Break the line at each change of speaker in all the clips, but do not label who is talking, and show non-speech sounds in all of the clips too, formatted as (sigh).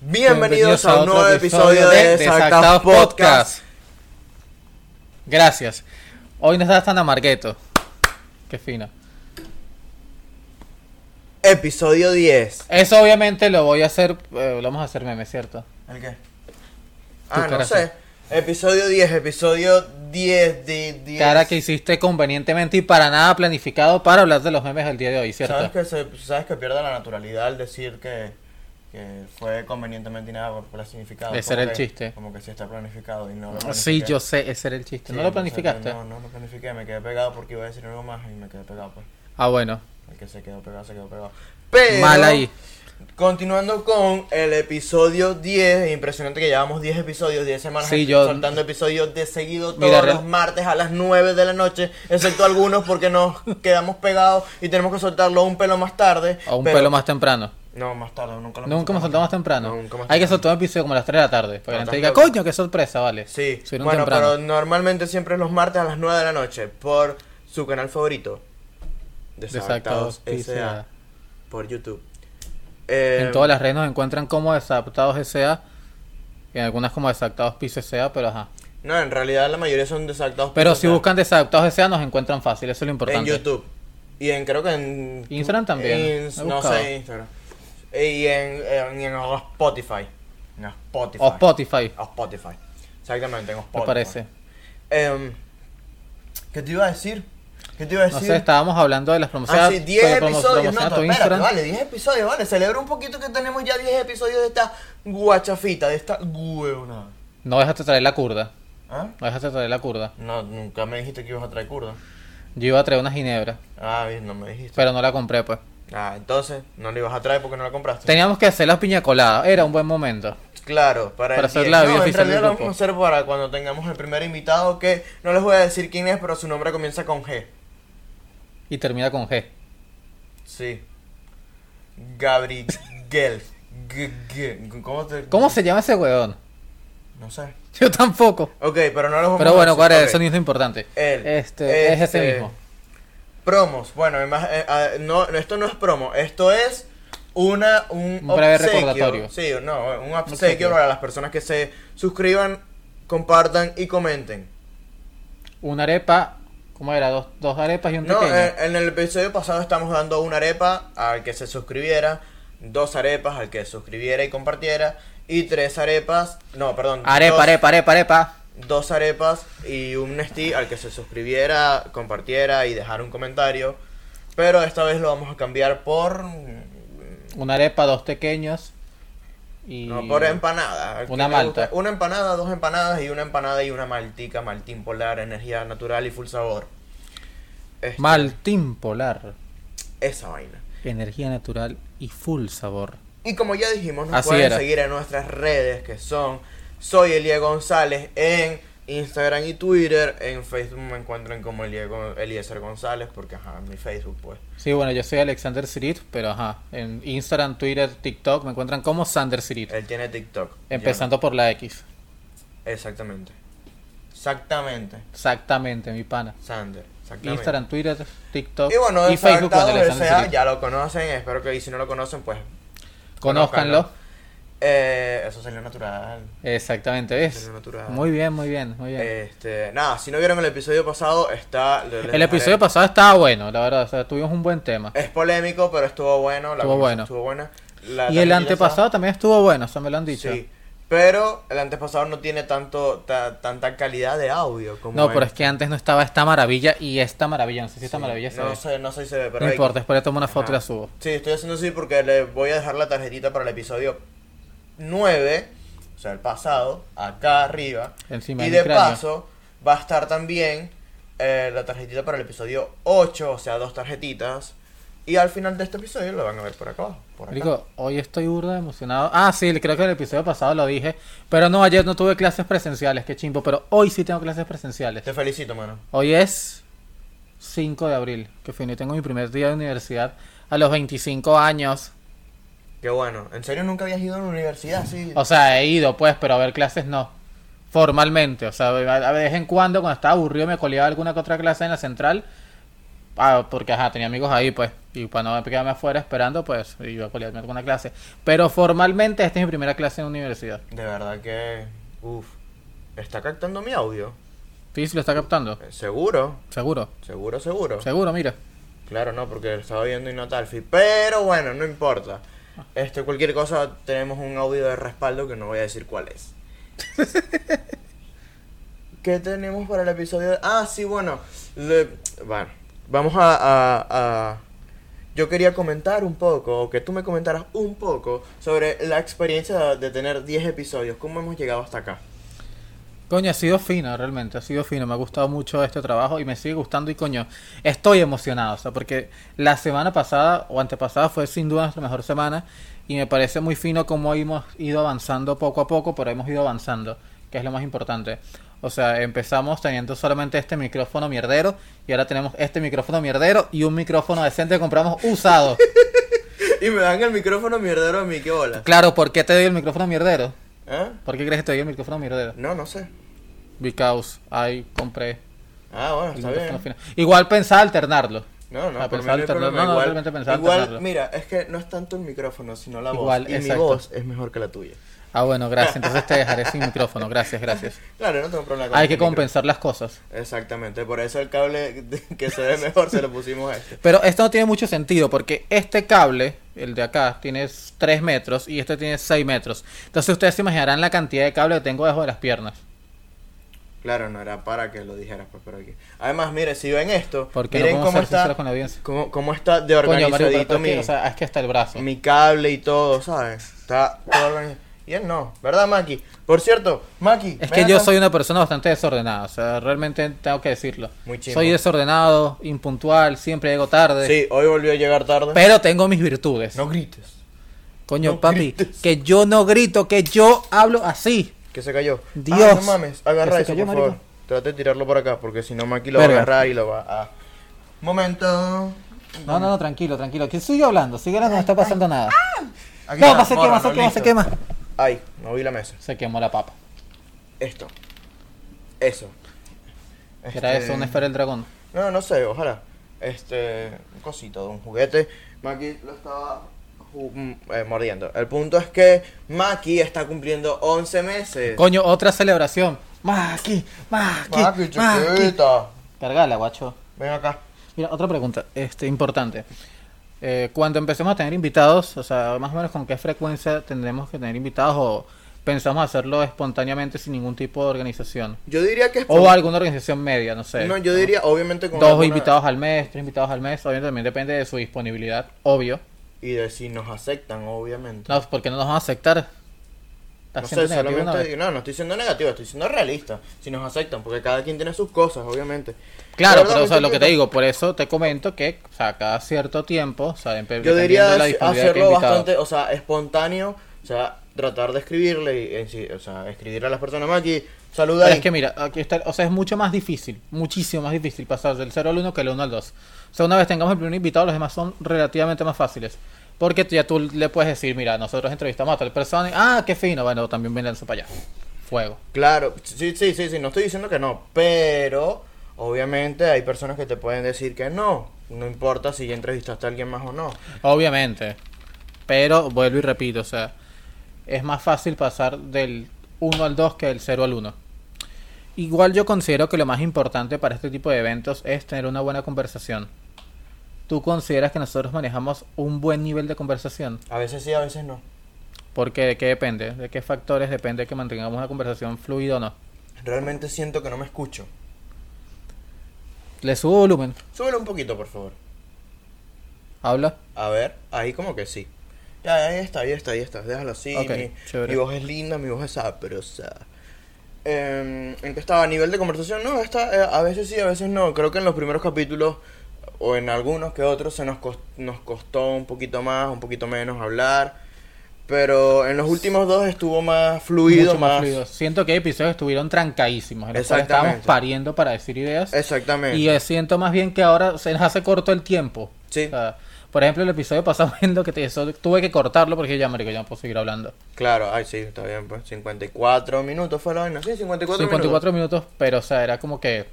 Bienvenidos, Bienvenidos a un nuevo episodio de Desactados
Desactados
Podcast.
Gracias. Hoy no estás tan amargueto. Qué fino.
Episodio 10.
Eso obviamente lo voy a hacer, eh, lo vamos a hacer meme, ¿cierto?
¿El qué? Ah, no
cara,
sé. Episodio 10, episodio 10 de 10.
Cara que hiciste convenientemente y para nada planificado para hablar de los memes del día de hoy, ¿cierto?
¿Sabes que, se- sabes que pierde la naturalidad al decir que, que fue convenientemente y nada planificado.
Ese era
Como
el
que-
chiste.
Como que sí está planificado y no lo
Sí,
planifiqué.
yo sé, ese era el chiste.
Sí,
¿No lo planificaste?
No, no lo planifiqué, me quedé pegado porque iba a decir algo más y me quedé pegado. Pues.
Ah, bueno.
El que se quedó pegado, se quedó pegado. Pero,
Mal ahí.
Continuando con el episodio 10, impresionante que llevamos 10 episodios, 10 semanas
Sí, yo-
soltando episodios de seguido todos
Mira, real-
los martes a las 9 de la noche, excepto algunos porque nos quedamos pegados y tenemos que soltarlo un pelo más tarde.
O un
pero-
pelo más temprano.
No, más tarde, nunca lo
Nunca me soltamos temprano.
Nunca más
Hay que soltar un episodio como a las 3 de la tarde. Para que la
No,
gente diga,
tampoco.
coño, qué sorpresa, vale.
Sí,
Subieron
bueno,
temprano.
pero normalmente siempre es los martes a las 9 de la noche por su canal favorito, Desactados
Desactados
S.A.
S.A..
por YouTube. Eh,
En todas las redes nos encuentran como Desadaptados S.A. Y en algunas como Desadaptados Piso S.A., pero ajá.
No, en realidad la mayoría son Desactados
Pero
punto
si
com.
buscan Desadaptados S.A. nos encuentran fácil, eso es lo
En
importante.
YouTube. Y en creo que en...
Instagram también,
en-
he
no
buscado.
sé, Instagram. Eh, Y en, en, en Spotify. En Spotify.
O Spotify,
O Spotify. Exactamente, en Spotify.
me parece.
Em, ¿Qué te iba a decir? ¿Qué te iba a
No
decir?
sé, estábamos hablando de las promociones.
Ah, sí, 10
promo-
episodios, no,
promociona tu
espérate,
Instagram.
vale, 10 episodios, vale, celebra un poquito que tenemos ya 10 episodios de esta guachafita, de esta huevonada.
No dejaste traer la curda.
¿Ah?
No dejaste traer la curda.
No, nunca me dijiste que ibas a traer curda.
Yo iba a traer una ginebra,
Ah, no me dijiste.
pero no la compré, pues.
Ah, entonces, no la ibas a traer porque no la compraste.
Teníamos que hacer las piña coladas, era un buen momento.
Claro, para,
Para
el
hacer
10.
la bio
no, en
oficial
realidad
del
lo
grupo.
vamos a hacer para cuando tengamos el primer invitado que no les voy a decir quién es, pero su nombre comienza con G.
Y termina con G.
Sí. Gabriel. G- G- ¿Cómo te-
¿Cómo se llama ese huevón?
No sé.
Yo tampoco.
Ok, pero no los vamos
Pero
a
bueno,
decir.
cuál es,
Ok.
eso no es lo importante.
Él.
Este, es ese
Este,
mismo.
Promos. Bueno, además, eh, ah, no, esto no es promo, esto es una un,
Un breve recordatorio.
Sí, no, un obsequio
obsequio.
para las personas que se suscriban, compartan y comenten.
Una arepa, ¿cómo era? Dos, dos arepas y un
No,
pequeño.
eh, en el episodio pasado estamos dando una arepa al que se suscribiera, dos arepas al que suscribiera y compartiera, y tres arepas, no, perdón,
arepa,
dos,
arepa, arepa, arepa.
dos arepas y un Nestí al que se suscribiera, compartiera y dejara un comentario. Pero esta vez lo vamos a cambiar por.
Una arepa, dos pequeños. Y...
No, por em- empanada. Al que
Una
le gusta-
malta.
Una empanada, dos empanadas y una empanada y una maltica, maltín polar, energía natural y full sabor. Este,
Maltín polar.
Esa vaina.
Energía natural y full sabor.
Y como ya dijimos, nos
Así
pueden
era.
seguir en nuestras redes que son Soy Elie González en Instagram y Twitter. En Facebook me encuentran como Elie Gon- Eliezer González porque ajá, mi Facebook pues.
Sí, bueno, yo soy Alexander Sirit, pero ajá. En Instagram, Twitter, TikTok me encuentran como Sander Sirit.
Él tiene TikTok.
Empezando por la X.
Yo no. Exactamente. Exactamente.
Exactamente, mi pana.
Sander. Exactamente.
Instagram, Twitter, TikTok
Y bueno,
y Facebook con
Desafectados
Alexander
S.A.,
Sirit.
ya lo conocen, espero que y si no lo conocen, pues...
Conózcanlo.
Eh, eso salió natural.
Exactamente, ¿ves?
Pero natural.
Muy bien, muy bien, muy bien.
Este, nada, si no vieron el episodio pasado, está... le- les
el
dejaré-
episodio pasado estaba bueno, la verdad, o sea, tuvimos un buen tema.
Es polémico, pero estuvo bueno. La
Estuvo
conversación
bueno.
Estuvo buena. La-
Y
la
el
gente
antepasado también estuvo bueno, eso me lo han
ya
dicho.
sabe- Sí, pero el antepasado no tiene tanto ta- tanta calidad de audio como
No, pero es
este.
que antes no estaba esta maravilla y esta maravilla, no sé si esta
Sí,
maravilla se
no
ve.
sé, no sé si se ve, pero
No
hay-
importa, después le tomo una foto y la
Ajá.
subo.
Sí, estoy haciendo así porque le voy a dejar la tarjetita para el episodio 9, o sea, el pasado, acá arriba.
Encima
y
del
de
cráneo.
paso va a estar también eh, la tarjetita para el episodio 8, o sea, dos tarjetitas. Y al final de este episodio lo van a ver por acá abajo. Por acá.
Marico, hoy estoy burda emocionado. Ah, sí, creo que en el episodio pasado lo dije. Pero no, ayer no tuve clases presenciales, qué chimbo. Pero hoy sí tengo clases presenciales.
Te felicito, mano.
Hoy es 5 de abril, que fin, y tengo mi primer día de universidad a los 25 años.
Qué bueno. ¿En serio nunca habías ido a una universidad así?
O sea, he ido pues, pero a ver clases no. Formalmente, o sea, a- a- de vez en cuando, cuando estaba aburrido, me coleaba alguna que otra clase en la central. Ah, porque ajá, tenía amigos ahí, pues. Y para no quedarme afuera esperando, pues iba a colarme alguna clase. Pero formalmente esta es mi primera clase en universidad.
De verdad que. Uf. ¿Está captando mi audio?
Sí, sí lo está captando.
Eh, Seguro,
Seguro.
seguro, seguro.
Seguro, mira.
Claro, no, porque estaba viendo Inatalfi. Pero bueno, no importa. Este, cualquier cosa, tenemos un audio de respaldo que no voy a decir cuál es. ¿Qué tenemos para el episodio? Ah, sí, bueno. le- bueno, vamos a, a- a- Yo quería comentar un poco, o que tú me comentaras un poco, sobre la experiencia de, de tener 10 episodios. ¿Cómo hemos llegado hasta acá? (laughs)
Coño, ha sido fino, realmente, ha sido fino. Me ha gustado mucho este trabajo y me sigue gustando y coño, estoy emocionado, o sea, porque la semana pasada o antepasada fue sin duda nuestra mejor semana y me parece muy fino cómo hemos ido avanzando poco a poco, pero hemos ido avanzando, que es lo más importante. O sea, empezamos teniendo solamente este micrófono mierdero y ahora tenemos este micrófono mierdero y un micrófono decente que compramos usado.
Y me dan el micrófono mierdero a mí, qué bola.
claro, ¿por qué te doy el micrófono mierdero?
¿Eh?
¿Por qué crees que te doy el micrófono mierdero?
No, no sé.
Because I compré
Ah, bueno,
El
está
micrófono
bien.
final. Igual pensaba alternarlo.
No, no,
Ah,
por mí
pensaba
no hay
alternar-
problema.
no, no,
igual,
realmente pensaba
igual,
alternarlo.
mira, es que no es tanto el micrófono, sino la
Igual,
voz. Y
exacto.
mi voz es mejor que la tuya.
Ah, bueno, gracias. Entonces te dejaré sin micrófono. Gracias, gracias.
Claro, no tengo problema con
Hay
este
que compensar las cosas.
micrófono. Exactamente, por eso el cable (laughs) que se ve mejor se lo pusimos a este.
Pero esto no tiene mucho sentido porque este cable, el de acá, tiene 3 metros y este tiene 6 metros. Entonces ustedes se imaginarán la cantidad de cable que tengo debajo de las piernas.
Claro, no era para que lo dijeras, pues, pero aquí. Además, mire, si ven esto,
Porque
miren
no podemos
cómo
ser
está,
sinceros con la audiencia.
cómo, cómo está de
Coño, Mario, pero,
organizadito
pero es
mi,
que, o sea, es que hasta el brazo.
mi cable y todo, ¿sabes? Está todo organizado. Y él no, ¿verdad, Maki? Por cierto, Maki. ven
Es que yo
acá.
soy una persona bastante desordenada, o sea, realmente tengo que decirlo.
Muy chimbo.
soy desordenado, impuntual, siempre llego tarde,
Sí, hoy volvió a llegar tarde.
pero tengo mis virtudes.
No grites.
Coño,
No
papi,
grites.
que yo no grito, que yo hablo así.
Que se cayó.
Dios.
Ah, no mames,
Que
agarra
se
eso,
cayó,
por
marico.
favor. Trate de tirarlo por acá, porque si no Maki lo va a
Verga.
agarrar y lo va a... Momento.
No, no, no, tranquilo, tranquilo. Que sigue hablando, sigue hablando, no está pasando nada.
Ah, Aquí
No,
está,
va, se quema,
mórralo,
se quema, se
listo.
quema.
Ay, no vi la mesa.
Se quemó la papa.
Esto. Eso.
Era
Este,
eso, una esfera del dragón.
No, no sé, ojalá. Este, un cosito de un juguete. Maki lo estaba ju- mm, eh, mordiendo. El punto es que Maki está cumpliendo 11 meses.
Coño, otra celebración. Maki,
Maki,
Maki, Maki.
chiquita.
Cargala, guacho.
Ven acá.
Mira, otra pregunta, este, importante. Eh, cuando empecemos a tener invitados, o sea, más o menos con qué frecuencia tendremos que tener invitados o pensamos hacerlo espontáneamente sin ningún tipo de organización.
Yo diría que es...
O alguna organización media, no sé.
No, yo diría, obviamente, con
Dos
alguna-
invitados al mes, tres invitados al mes, obviamente también depende de su disponibilidad, obvio.
Y de si nos aceptan, obviamente.
No, porque no nos van a aceptar.
No,
Está
sé,
siendo negativo
solamente
una vez.
digo- no, no estoy siendo negativo, estoy siendo realista. Si nos aceptan, porque cada quien tiene sus cosas, obviamente.
Claro,
La verdad,
pero o sea,
muy
lo que te
chiquito.
digo, por eso te comento que o sea, cada cierto tiempo, o sea, empe-
Yo
dependiendo
diría
de la
hac-
disponibilidad de cada
hacerlo
invitado.
bastante, o sea, espontáneo, o sea, tratar de escribirle, y, en sí, o sea, escribirle a las personas más aquí, saluda
Pero
y-
es que mira, aquí está, o sea, es mucho más difícil, muchísimo más difícil pasar del 0 al 1 que el 1 al 2. O sea, una vez tengamos el primer invitado, los demás son relativamente más fáciles. Porque tú- ya tú le puedes decir, mira, nosotros entrevistamos a tal persona y, ah, qué fino, bueno, también vénganse para allá. Fuego.
Claro, sí, sí, sí, sí, no estoy diciendo que no, pero obviamente hay personas que te pueden decir que no, no importa si ya entrevistaste a alguien más o no.
Obviamente. Pero vuelvo y repito, o sea, es más fácil pasar del 1 al 2 que del 0 al 1. Igual yo considero que lo más importante para este tipo de eventos es tener una buena conversación. ¿Tú consideras que nosotros manejamos un buen nivel de conversación?
A veces sí, a veces no.
Porque de qué depende, de qué factores depende que mantengamos una conversación fluida o no.
Realmente siento que no me escucho.
Le subo volumen,
Súbelo un poquito, por favor.
habla.
A ver, ahí como que sí. Ya, ahí está, ahí está, ahí está. Déjalo así.
Ok,
mi- mi,
chévere.
voz es linda, mi voz es sabrosa. Em, ¿En qué estaba? ¿A nivel de conversación? No, está, eh, a veces sí, a veces no. Creo que en los primeros capítulos, o en algunos que otros, se nos, cos- nos costó un poquito más, un poquito menos hablar. Pero en los últimos dos estuvo más fluido,
Mucho más
más...
fluido. Siento que hay episodios que estuvieron trancadísimos. En los cuales estábamos
Exactamente.
pariendo para decir ideas.
Exactamente.
Y eh, siento más bien que ahora se nos hace corto el tiempo.
Sí.
O sea, por ejemplo, el episodio pasado (laughs) viendo que te- eso tuve que cortarlo porque ya, marico, ya no puedo seguir hablando.
Claro, ay, sí, está bien, pues. 54 minutos fue la vaina. Sí, 54,
54
minutos.
minutos, pero o sea, era como que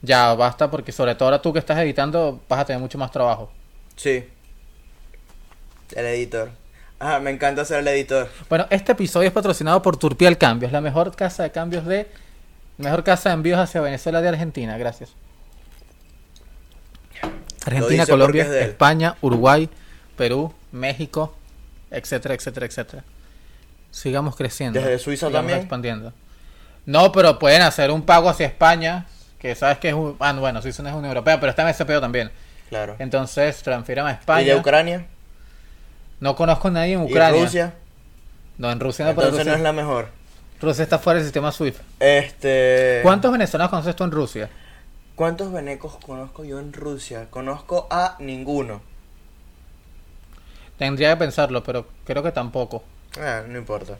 ya basta, porque sobre todo ahora tú que estás editando vas a tener mucho más trabajo.
Sí. El editor. Ah, me encanta ser el editor.
Bueno, este episodio es patrocinado por Turpial Cambios, la mejor casa de cambios de. Mejor casa de envíos hacia Venezuela de Argentina, gracias. Argentina,
dice porque
Colombia,
es de él.
España, Uruguay, Perú, México, etcétera, etcétera, etcétera. Sigamos creciendo.
¿Desde Suiza
sigamos
también?
expandiendo. No, pero pueden hacer un pago hacia España, que sabes que es un... Ah, no, bueno, Suiza no es Unión Europea, pero está en ese pedo también.
Claro.
Entonces, transfieran a
¿Y de
España.
Ucrania?
No conozco a nadie en
¿Y
Ucrania.
Rusia?
No, en Rusia no, pero
Entonces
Rusia,
no es la mejor.
Rusia está fuera del sistema SWIFT.
Este.
¿Cuántos venezolanos conoces tú en Rusia?
¿Cuántos venecos conozco yo en Rusia? Conozco a ninguno.
Tendría que pensarlo, pero creo que tampoco.
Ah, no importa.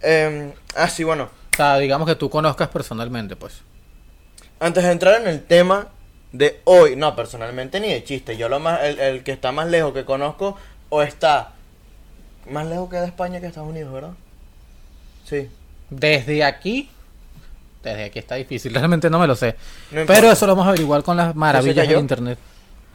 Em, ah, sí, bueno.
O sea, digamos que tú conozcas personalmente, pues.
Antes de entrar en el tema de hoy, no, personalmente ni de chiste. Yo lo más, el, el que está más lejos que conozco o está más lejos que de España que de Estados Unidos, ¿verdad? Sí.
Desde aquí, desde aquí está difícil, (laughs) realmente no me lo sé.
No importa.
pero eso lo vamos a aigual con las maravillas
cayó?
del internet.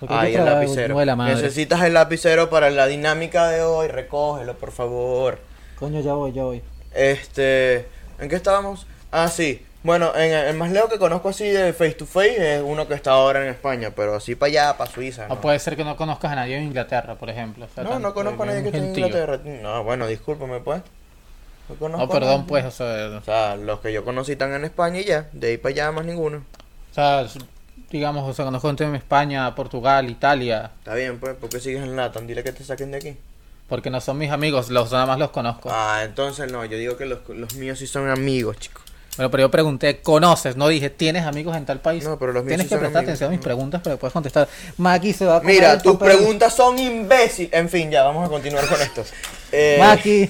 Yo creo que
Ay, el
trae
lapicero.
algo de la madre.
Necesitas el lapicero para la dinámica de hoy. Recógelo, por favor.
Coño, ya voy, ya voy.
Este, ¿en qué estábamos? Ah, sí. Bueno, en el más lejos que conozco así de face to face es uno que está ahora en España, pero así para allá, para Suiza.
O
No,
puede ser que no conozcas a nadie en Inglaterra, por ejemplo. O sea,
no,
Ah, pues, tan-
no conozco a nadie que esté en
gentío.
Inglaterra. No, bueno, discúlpame pues. No conozco
No,
a
perdón,
nadie.
pues, o sea,
O sea, los que yo conocí están en España y ya, de ahí para allá más ninguno.
o sea, digamos, o sea, conozco gente en España, Portugal, Italia,
Está bien, pues, ¿por qué sigues en Latam? Dile que te saquen de aquí.
porque no son mis amigos, los nada más los conozco.
Ah, entonces no, yo digo que los, los míos sí son amigos, chicos.
Bueno, pero yo pregunté, ¿conoces? No dije, ¿tienes amigos en tal país?
No, pero los míos
Tienes
sí
que
son
prestar
amigos.
atención a mis preguntas para que puedas contestar. Maki se va a comer
Mira,
el
tus
papel.
preguntas son imbéciles. En fin, ya, vamos a continuar con
(laughs)
esto. Eh, (laughs)
Maki.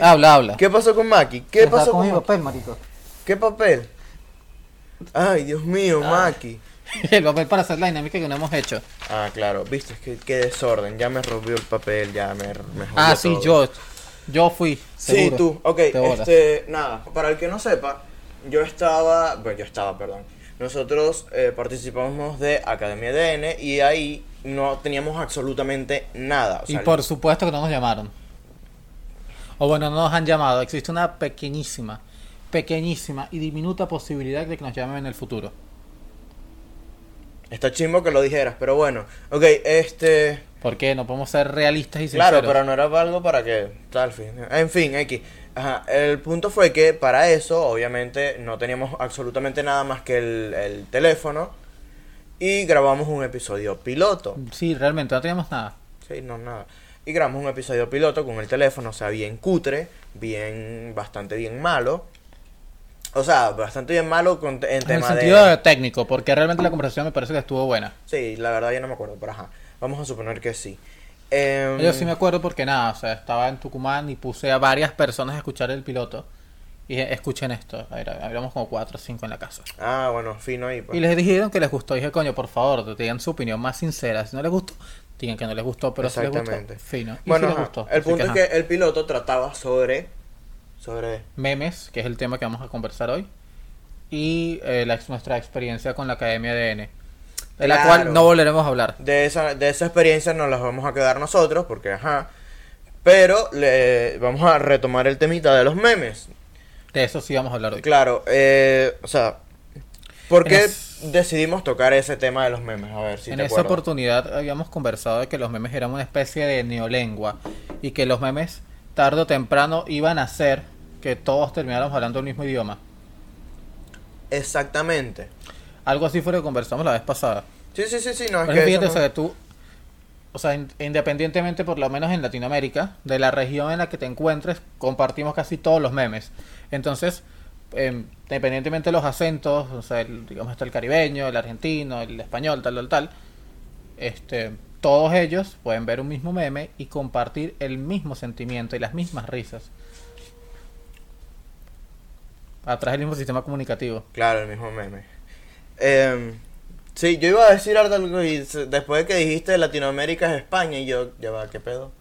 habla, habla.
¿Qué pasó con Maki? ¿Qué
Se
pasó con
va a comer mi
Maki?
papel, marico? (laughs)
¿Qué papel? Ay, Dios mío,
Ah.
Maki.
El papel para hacer la dinámica que no hemos hecho.
Ah, claro, viste, es que qué desorden. Ya me rompió el papel, ya me, me jodió
Ah, sí,
todo.
yo. Yo fui.
Sí,
seguro.
tú. Ok,
Te bolas.
este, nada, para el que no sepa, yo estaba, bueno, yo estaba, perdón. Nosotros eh, participamos de Academia DN y ahí no teníamos absolutamente nada. o
Y
sea,
por supuesto que no nos llamaron. O bueno, no nos han llamado. Existe una pequeñísima, pequeñísima y diminuta posibilidad de que nos llamen en el futuro.
Está chimbo que lo dijeras, pero bueno. Ok, este...
Porque no podemos ser realistas y sinceros.
Claro, pero no era algo para que tal fin. En fin, X. Ajá, el punto fue que para eso, obviamente, no teníamos absolutamente nada más que el, el teléfono y grabamos un episodio piloto.
Sí, realmente no teníamos nada.
Sí, no, nada. Y grabamos un episodio piloto con el teléfono, o sea, bien cutre, bien, bastante bien malo. O sea, bastante bien malo con, en
En el
tema
sentido
de...
técnico, porque realmente la conversación me parece que estuvo buena.
Sí, la verdad yo no me acuerdo, pero ajá. Vamos a suponer que sí. Em,
Yo sí me acuerdo porque nada, o sea, estaba en Tucumán y puse a varias personas a escuchar el piloto. Y dije, escuchen esto. A ver, hablamos como cuatro o cinco en la casa.
Ah, bueno, fino ahí. pues.
Y les dijeron que les gustó. Dije, coño, por favor, digan su opinión más sincera. Si no les gustó, digan que no les gustó, pero si les gustó,
Exactamente.
fino. Y
Bueno,
si les
ajá,
gustó.
el
así
punto
ajá.
es que el piloto trataba sobre. Sobre.
Memes, que es el tema que vamos a conversar hoy. Y eh, la, ex- nuestra experiencia con la Academia DN. De la
Claro.
cual no volveremos a hablar.
De esa, de esa experiencia nos las vamos a quedar nosotros, porque ajá. Pero le, vamos a retomar el temita de los memes.
De eso sí vamos a hablar hoy.
Claro, eh, o sea. ¿Por
En
qué
es-
decidimos tocar ese tema de los memes? A ver si
en
te
esa
acuerdas.
oportunidad habíamos conversado de que los memes eran una especie de neolengua y que los memes tarde o temprano iban a hacer que todos termináramos hablando el mismo idioma.
Exactamente.
Algo así fue lo que conversamos la vez pasada.
Sí, sí, sí, sí, no, es
Pero
que.
fíjate, o
eso no-
sea, que tú, o sea, in- independientemente, por lo menos en Latinoamérica, de la región en la que te encuentres, compartimos casi todos los memes. Entonces, em, independientemente de los acentos, o sea, el- digamos, está el caribeño, el argentino, el español, tal, tal, tal, este, todos ellos pueden ver un mismo meme y compartir el mismo sentimiento y las mismas risas. Atrás del mismo sistema comunicativo.
Claro, el mismo meme. Em, sí, yo iba a decir algo y se- después de que dijiste Latinoamérica es España y yo, ya va, ¿qué pedo?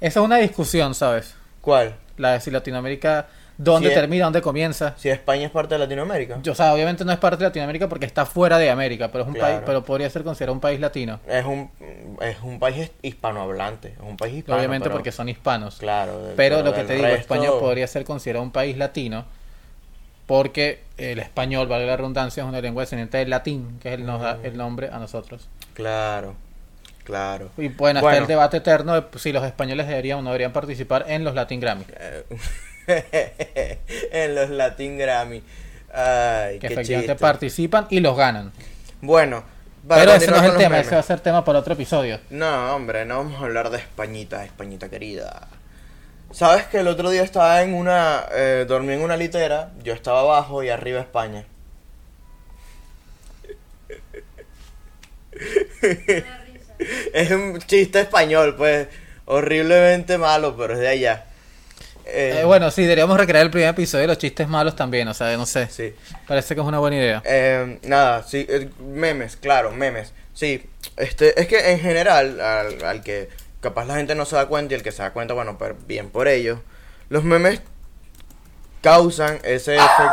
Esa es una discusión, ¿sabes?
¿Cuál?
La de si Latinoamérica dónde
Sí, eh.
termina, dónde comienza.
Si España es parte de Latinoamérica.
Yo, o sea, obviamente no es parte de Latinoamérica porque está fuera de América, pero es un país,
Claro.
pero podría ser considerado un país latino.
Es un, es un país hispanohablante. Es un país hispano.
obviamente
pero-
porque son hispanos.
Claro. de-
Pero lo que
del
te digo,
resto-
España podría ser considerado un país latino porque el español, valga la redundancia, es una lengua descendiente del latín, que es el, nos da el nombre a nosotros.
Claro. Claro. (laughs)
Y pueden hacer
Bueno.
el debate eterno de si los españoles deberían o no deberían participar en los Latin Grammy.
Eh, en los Latin Grammy. Ay,
Que
qué
efectivamente
chiste.
participan y los ganan.
Bueno, para
Pero ese no
continuar
es el
con los
tema,
memes.
ese va a ser tema para otro episodio.
No, hombre, no vamos a hablar de Españita, Españita querida. Sabes que el otro día estaba en una. eh, dormí en una litera, yo estaba abajo y arriba España. (laughs) es un chiste español, pues. Horriblemente malo, pero es de allá. Eh,
Eh, bueno, sí, deberíamos recrear el primer episodio de los chistes malos también, o sea, no sé.
Sí.
Parece que es una buena idea.
Eh, nada, sí, eh, memes, claro, memes. Sí, este, es que en general, al, al que capaz la gente no se da cuenta y el que se da cuenta, bueno, pero bien por ellos, los memes causan ese efecto.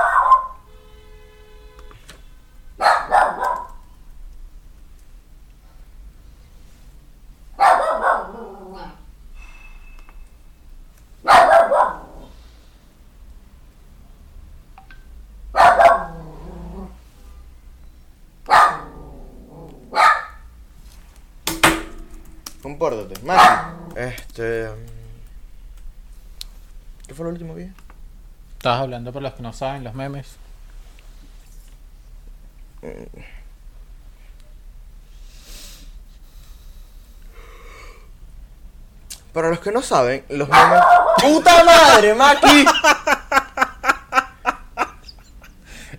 Compórtate, Mati. Este. ¿Qué fue lo último que dije?
Estabas hablando por los que no saben, los memes.
Para los que no saben, los memes. ¡Puta madre, Maki!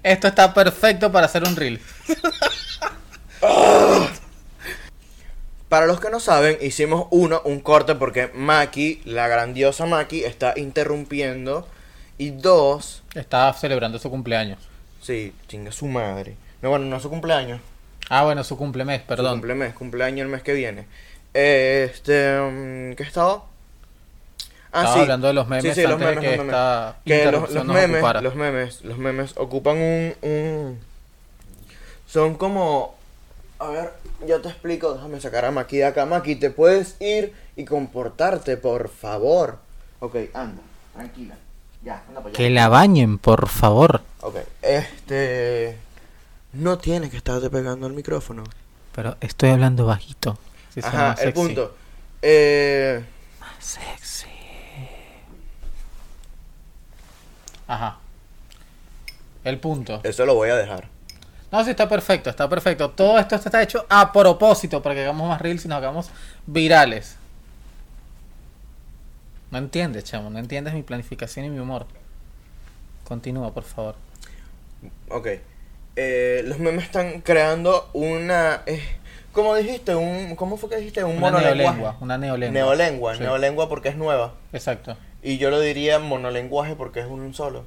Esto está perfecto para hacer un reel.
Para los que no saben, hicimos uno, un corte porque Maki, la grandiosa Maki, está interrumpiendo. Y dos,
Estaba celebrando su cumpleaños.
sí, chinga su madre. No, bueno, no es su cumpleaños.
Ah, bueno, su cumplemes,
Su
perdón.
cumplemes, cumpleaños el mes que viene. Eh, este, mm, ¿qué Ah, estaba?
Estaba hablando de los memes antes de que esta
Que los,
interrupción
los
nos
memes,
ocupara.
los memes, los memes ocupan un, un- son como, a ver, yo te explico, déjame sacar a Maki de acá, Maki, te puedes ir y comportarte, por favor. Ok, anda, tranquila, ya, anda para allá.
la bañen, por favor.
Ok, este, no tienes que estarte pegando al micrófono.
Pero estoy hablando bajito.
Ajá, el punto. Eh,
Sexy. Ajá. El punto.
eso lo voy a dejar.
No, sí, está perfecto, está perfecto. Todo esto está hecho a propósito para que hagamos más reels y nos hagamos virales. No entiendes, chamo, no entiendes mi planificación y mi humor. Continúa, por favor.
Ok. Eh, los memes están creando una. eh, ¿Cómo dijiste? Un, ¿Cómo fue que dijiste? Un
Una neolengua,
monolengua.
una neolengua.
Neolengua,
Sí,
neolengua porque es nueva.
Exacto.
Y yo lo diría monolenguaje porque es un solo.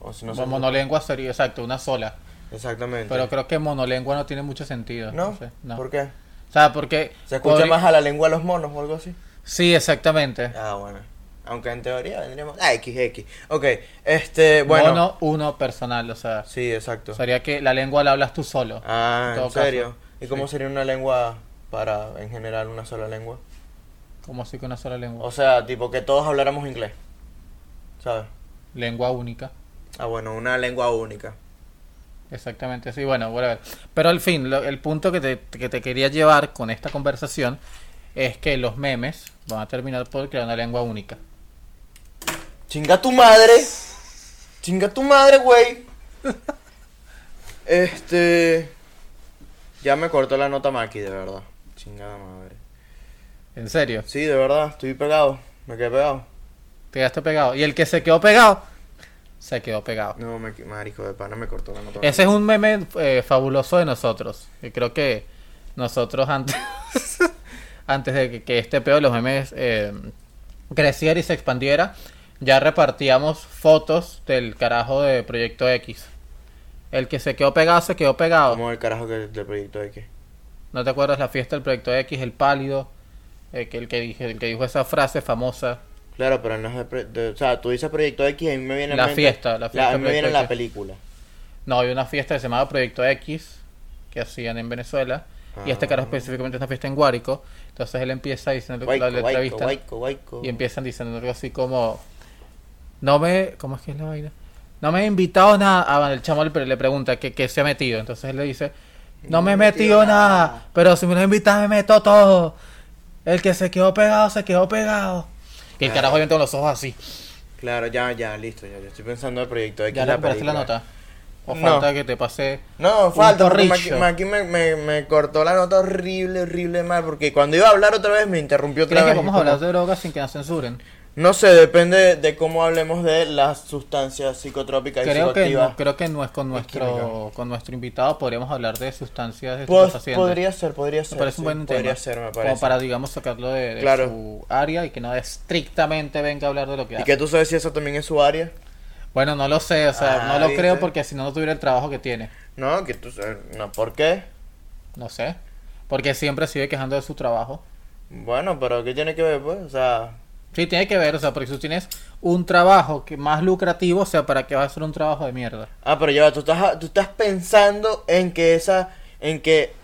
O si no se-
Bueno, monolengua sería, exacto, una sola.
Exactamente.
Pero creo que monolengua no tiene mucho sentido.
¿No?
sé, no.
¿Por qué?
O sea, porque...
¿Se escucha
podri-
más a la lengua de los monos o algo así?
Sí, exactamente.
Ah, bueno. Aunque en teoría vendríamos. Ah, XX. Ok, este. Bueno.
Mono, uno, personal, o sea...
Sí, exacto.
Sería que la lengua la hablas tú solo.
Ah,
todo
¿en
caso.
serio? ¿Y
Sí.
cómo sería una lengua para, en general, una sola lengua?
Como así que una sola lengua.
O sea, tipo que todos habláramos inglés. ¿Sabes?
Lengua única.
Ah, bueno, una lengua única.
Exactamente, sí, bueno, whatever. Pero al fin, lo- el punto que te, que te quería llevar con esta conversación es que los memes van a terminar por crear una lengua única.
Chinga tu madre. Chinga tu madre,
(laughs)
güey. Este. Ya me cortó la nota Maki, de verdad. Chingada madre.
En serio,
Sí, de verdad, estoy pegado. Me quedé pegado.
te quedaste pegado. Y el que se quedó pegado, se quedó pegado.
No, me, marico de pana me cortó la nota.
Ese es un meme eh, fabuloso de nosotros. Y creo que nosotros antes, (laughs) antes de que, que este pedo de los memes eh, creciera y se expandiera, ya repartíamos fotos del carajo de Proyecto X. El que se quedó pegado, se quedó pegado.
Como el carajo que del proyecto X.
¿No te acuerdas la fiesta del Proyecto X, el pálido? eh, que el, que dije, el que dijo esa frase famosa.
Claro, pero no es de, pre- de- O sea, tú dices Proyecto X y a mí me viene... en
La
mente-
fiesta, la
a
fiesta
mí me viene
Proyecto
la película.
No, había una fiesta que se llamaba Proyecto X, que hacían en Venezuela, y este carajo
Ah.
específicamente es una fiesta en Guárico, entonces él empieza diciendo la,
Guayco,
la
guayco,
entrevista
guayco, guayco.
y empiezan diciendo algo así como, no me, ¿cómo es que es la vaina? No me he invitado nada, ah, bueno, el chamo le, pre- le pregunta que, que se ha metido, entonces él le dice, no me he metido nada, pero si me lo invitas me meto todo, el que se quedó pegado, se quedó pegado. Y el carajo obviamente con los ojos así,
Claro, ya, ya, listo, ya, yo estoy pensando en Proyecto X.
ya le
la
recuperaste la
película.
nota, o
No.
falta que te pase...
No,
Un
falta, porque Maqui,
torricho.
Maqui me, me, me cortó la nota horrible, horrible mal, porque cuando iba a hablar otra vez me interrumpió otra
¿Crees que
vez.
vamos
y
a
como-
hablar de drogas sin que nos censuren?
No sé, depende de cómo hablemos de las sustancias psicotrópicas y
Creo que,
psicoactivas.
no, creo que no es con nuestro,
química.
con nuestro invitado podríamos hablar de sustancias
Pues,
estupefacientes.
podría ser, podría ser.
me parece un
sí,
buen tema.
Podría ser, me
Como
parece.
para, digamos, sacarlo de, de
Claro.
su área y que no estrictamente venga a hablar de lo que
¿Y
hace.
que tú sabes si eso también es su área?
Bueno, no lo sé, o sea,
Ah,
no lo
¿viste?
creo porque si no, no tuviera el trabajo que tiene.
No, que tú sabes. No, ¿por qué?
No sé. Porque siempre sigue quejando de su trabajo.
Bueno, pero ¿qué tiene que ver, pues? O sea,
Sí, tiene que ver, o sea, porque si tú tienes un trabajo que más lucrativo, o sea, ¿para qué vas a hacer un trabajo de mierda?
Ah, pero ya, va, tú estás, tú estás pensando en que esa, en que,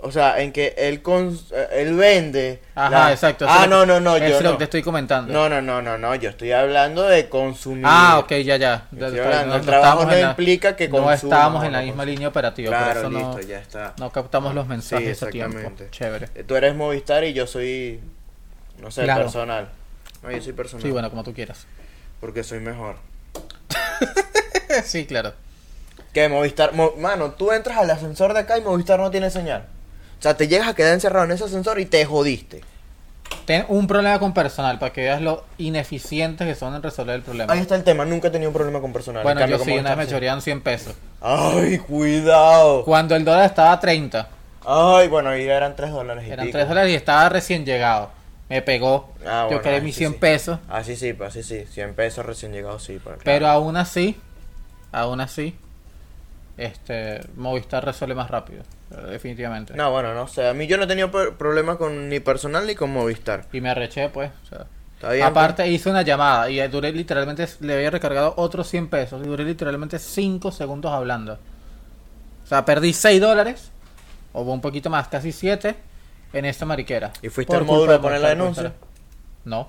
o sea, en que él, cons- eh, él vende.
Ajá,
la-
exacto. eso
Ah,
es lo
no,
que-
no, no,
eso
yo
es lo
no.
que te estoy comentando.
no, no, no, no, no, yo estoy hablando de consumir.
Ah, ok, ya, ya.
Estoy
Está bien,
hablando, el
estábamos
trabajo
en
no implica que
No
consuma,
estábamos
no,
en la
no
misma
consuma.
línea operativa,
Claro,
por eso
listo,
no,
ya está.
no captamos los mensajes
Sí,
a tiempo.
exactamente.
Chévere.
Tú eres Movistar y yo soy, no sé,
Claro.
personal. No, yo soy personal.
Sí, bueno, como
(laughs)
tú quieras.
Porque soy mejor.
sí, claro.
Que Movistar, Mo- mano, tú entras al ascensor de acá y Movistar no tiene señal. O sea, te llegas a quedar encerrado en ese ascensor y te jodiste.
Ten un problema con personal para que veas lo ineficientes que son en resolver el problema.
Ahí está el tema, nunca he tenido un problema con personal.
bueno,
En cambio,
yo sí,
como
una vez me
estás-
chorearon 100 pesos.
Ay, cuidado.
Cuando el dólar estaba a 30,
Ay, bueno, ahí eran 3 dólares. y
eran
pico.
3 dólares y estaba recién llegado. Me pegó.
Ah,
yo
bueno,
quedé
ah,
mis
sí,
100
sí.
pesos.
Ah, sí, sí, pa, sí, sí. 100 pesos recién llegados, sí. pa,
Pero
claro.
aún así, aún así, este Movistar resuelve más rápido, eh, definitivamente.
No, bueno, no sé. A mí yo no he tenido per- problemas con ni personal ni con Movistar.
Y me arreché, pues. o sea.
Está bien, pues.
Aparte, hice una llamada y duré literalmente, le había recargado otros 100 pesos y duré literalmente 5 segundos hablando. O sea, perdí 6 dólares, o un poquito más, casi 7, en esta mariquera.
¿Y fuiste
Por
al módulo
culpa
a poner la
Movistar,
denuncia?
Movistar. No.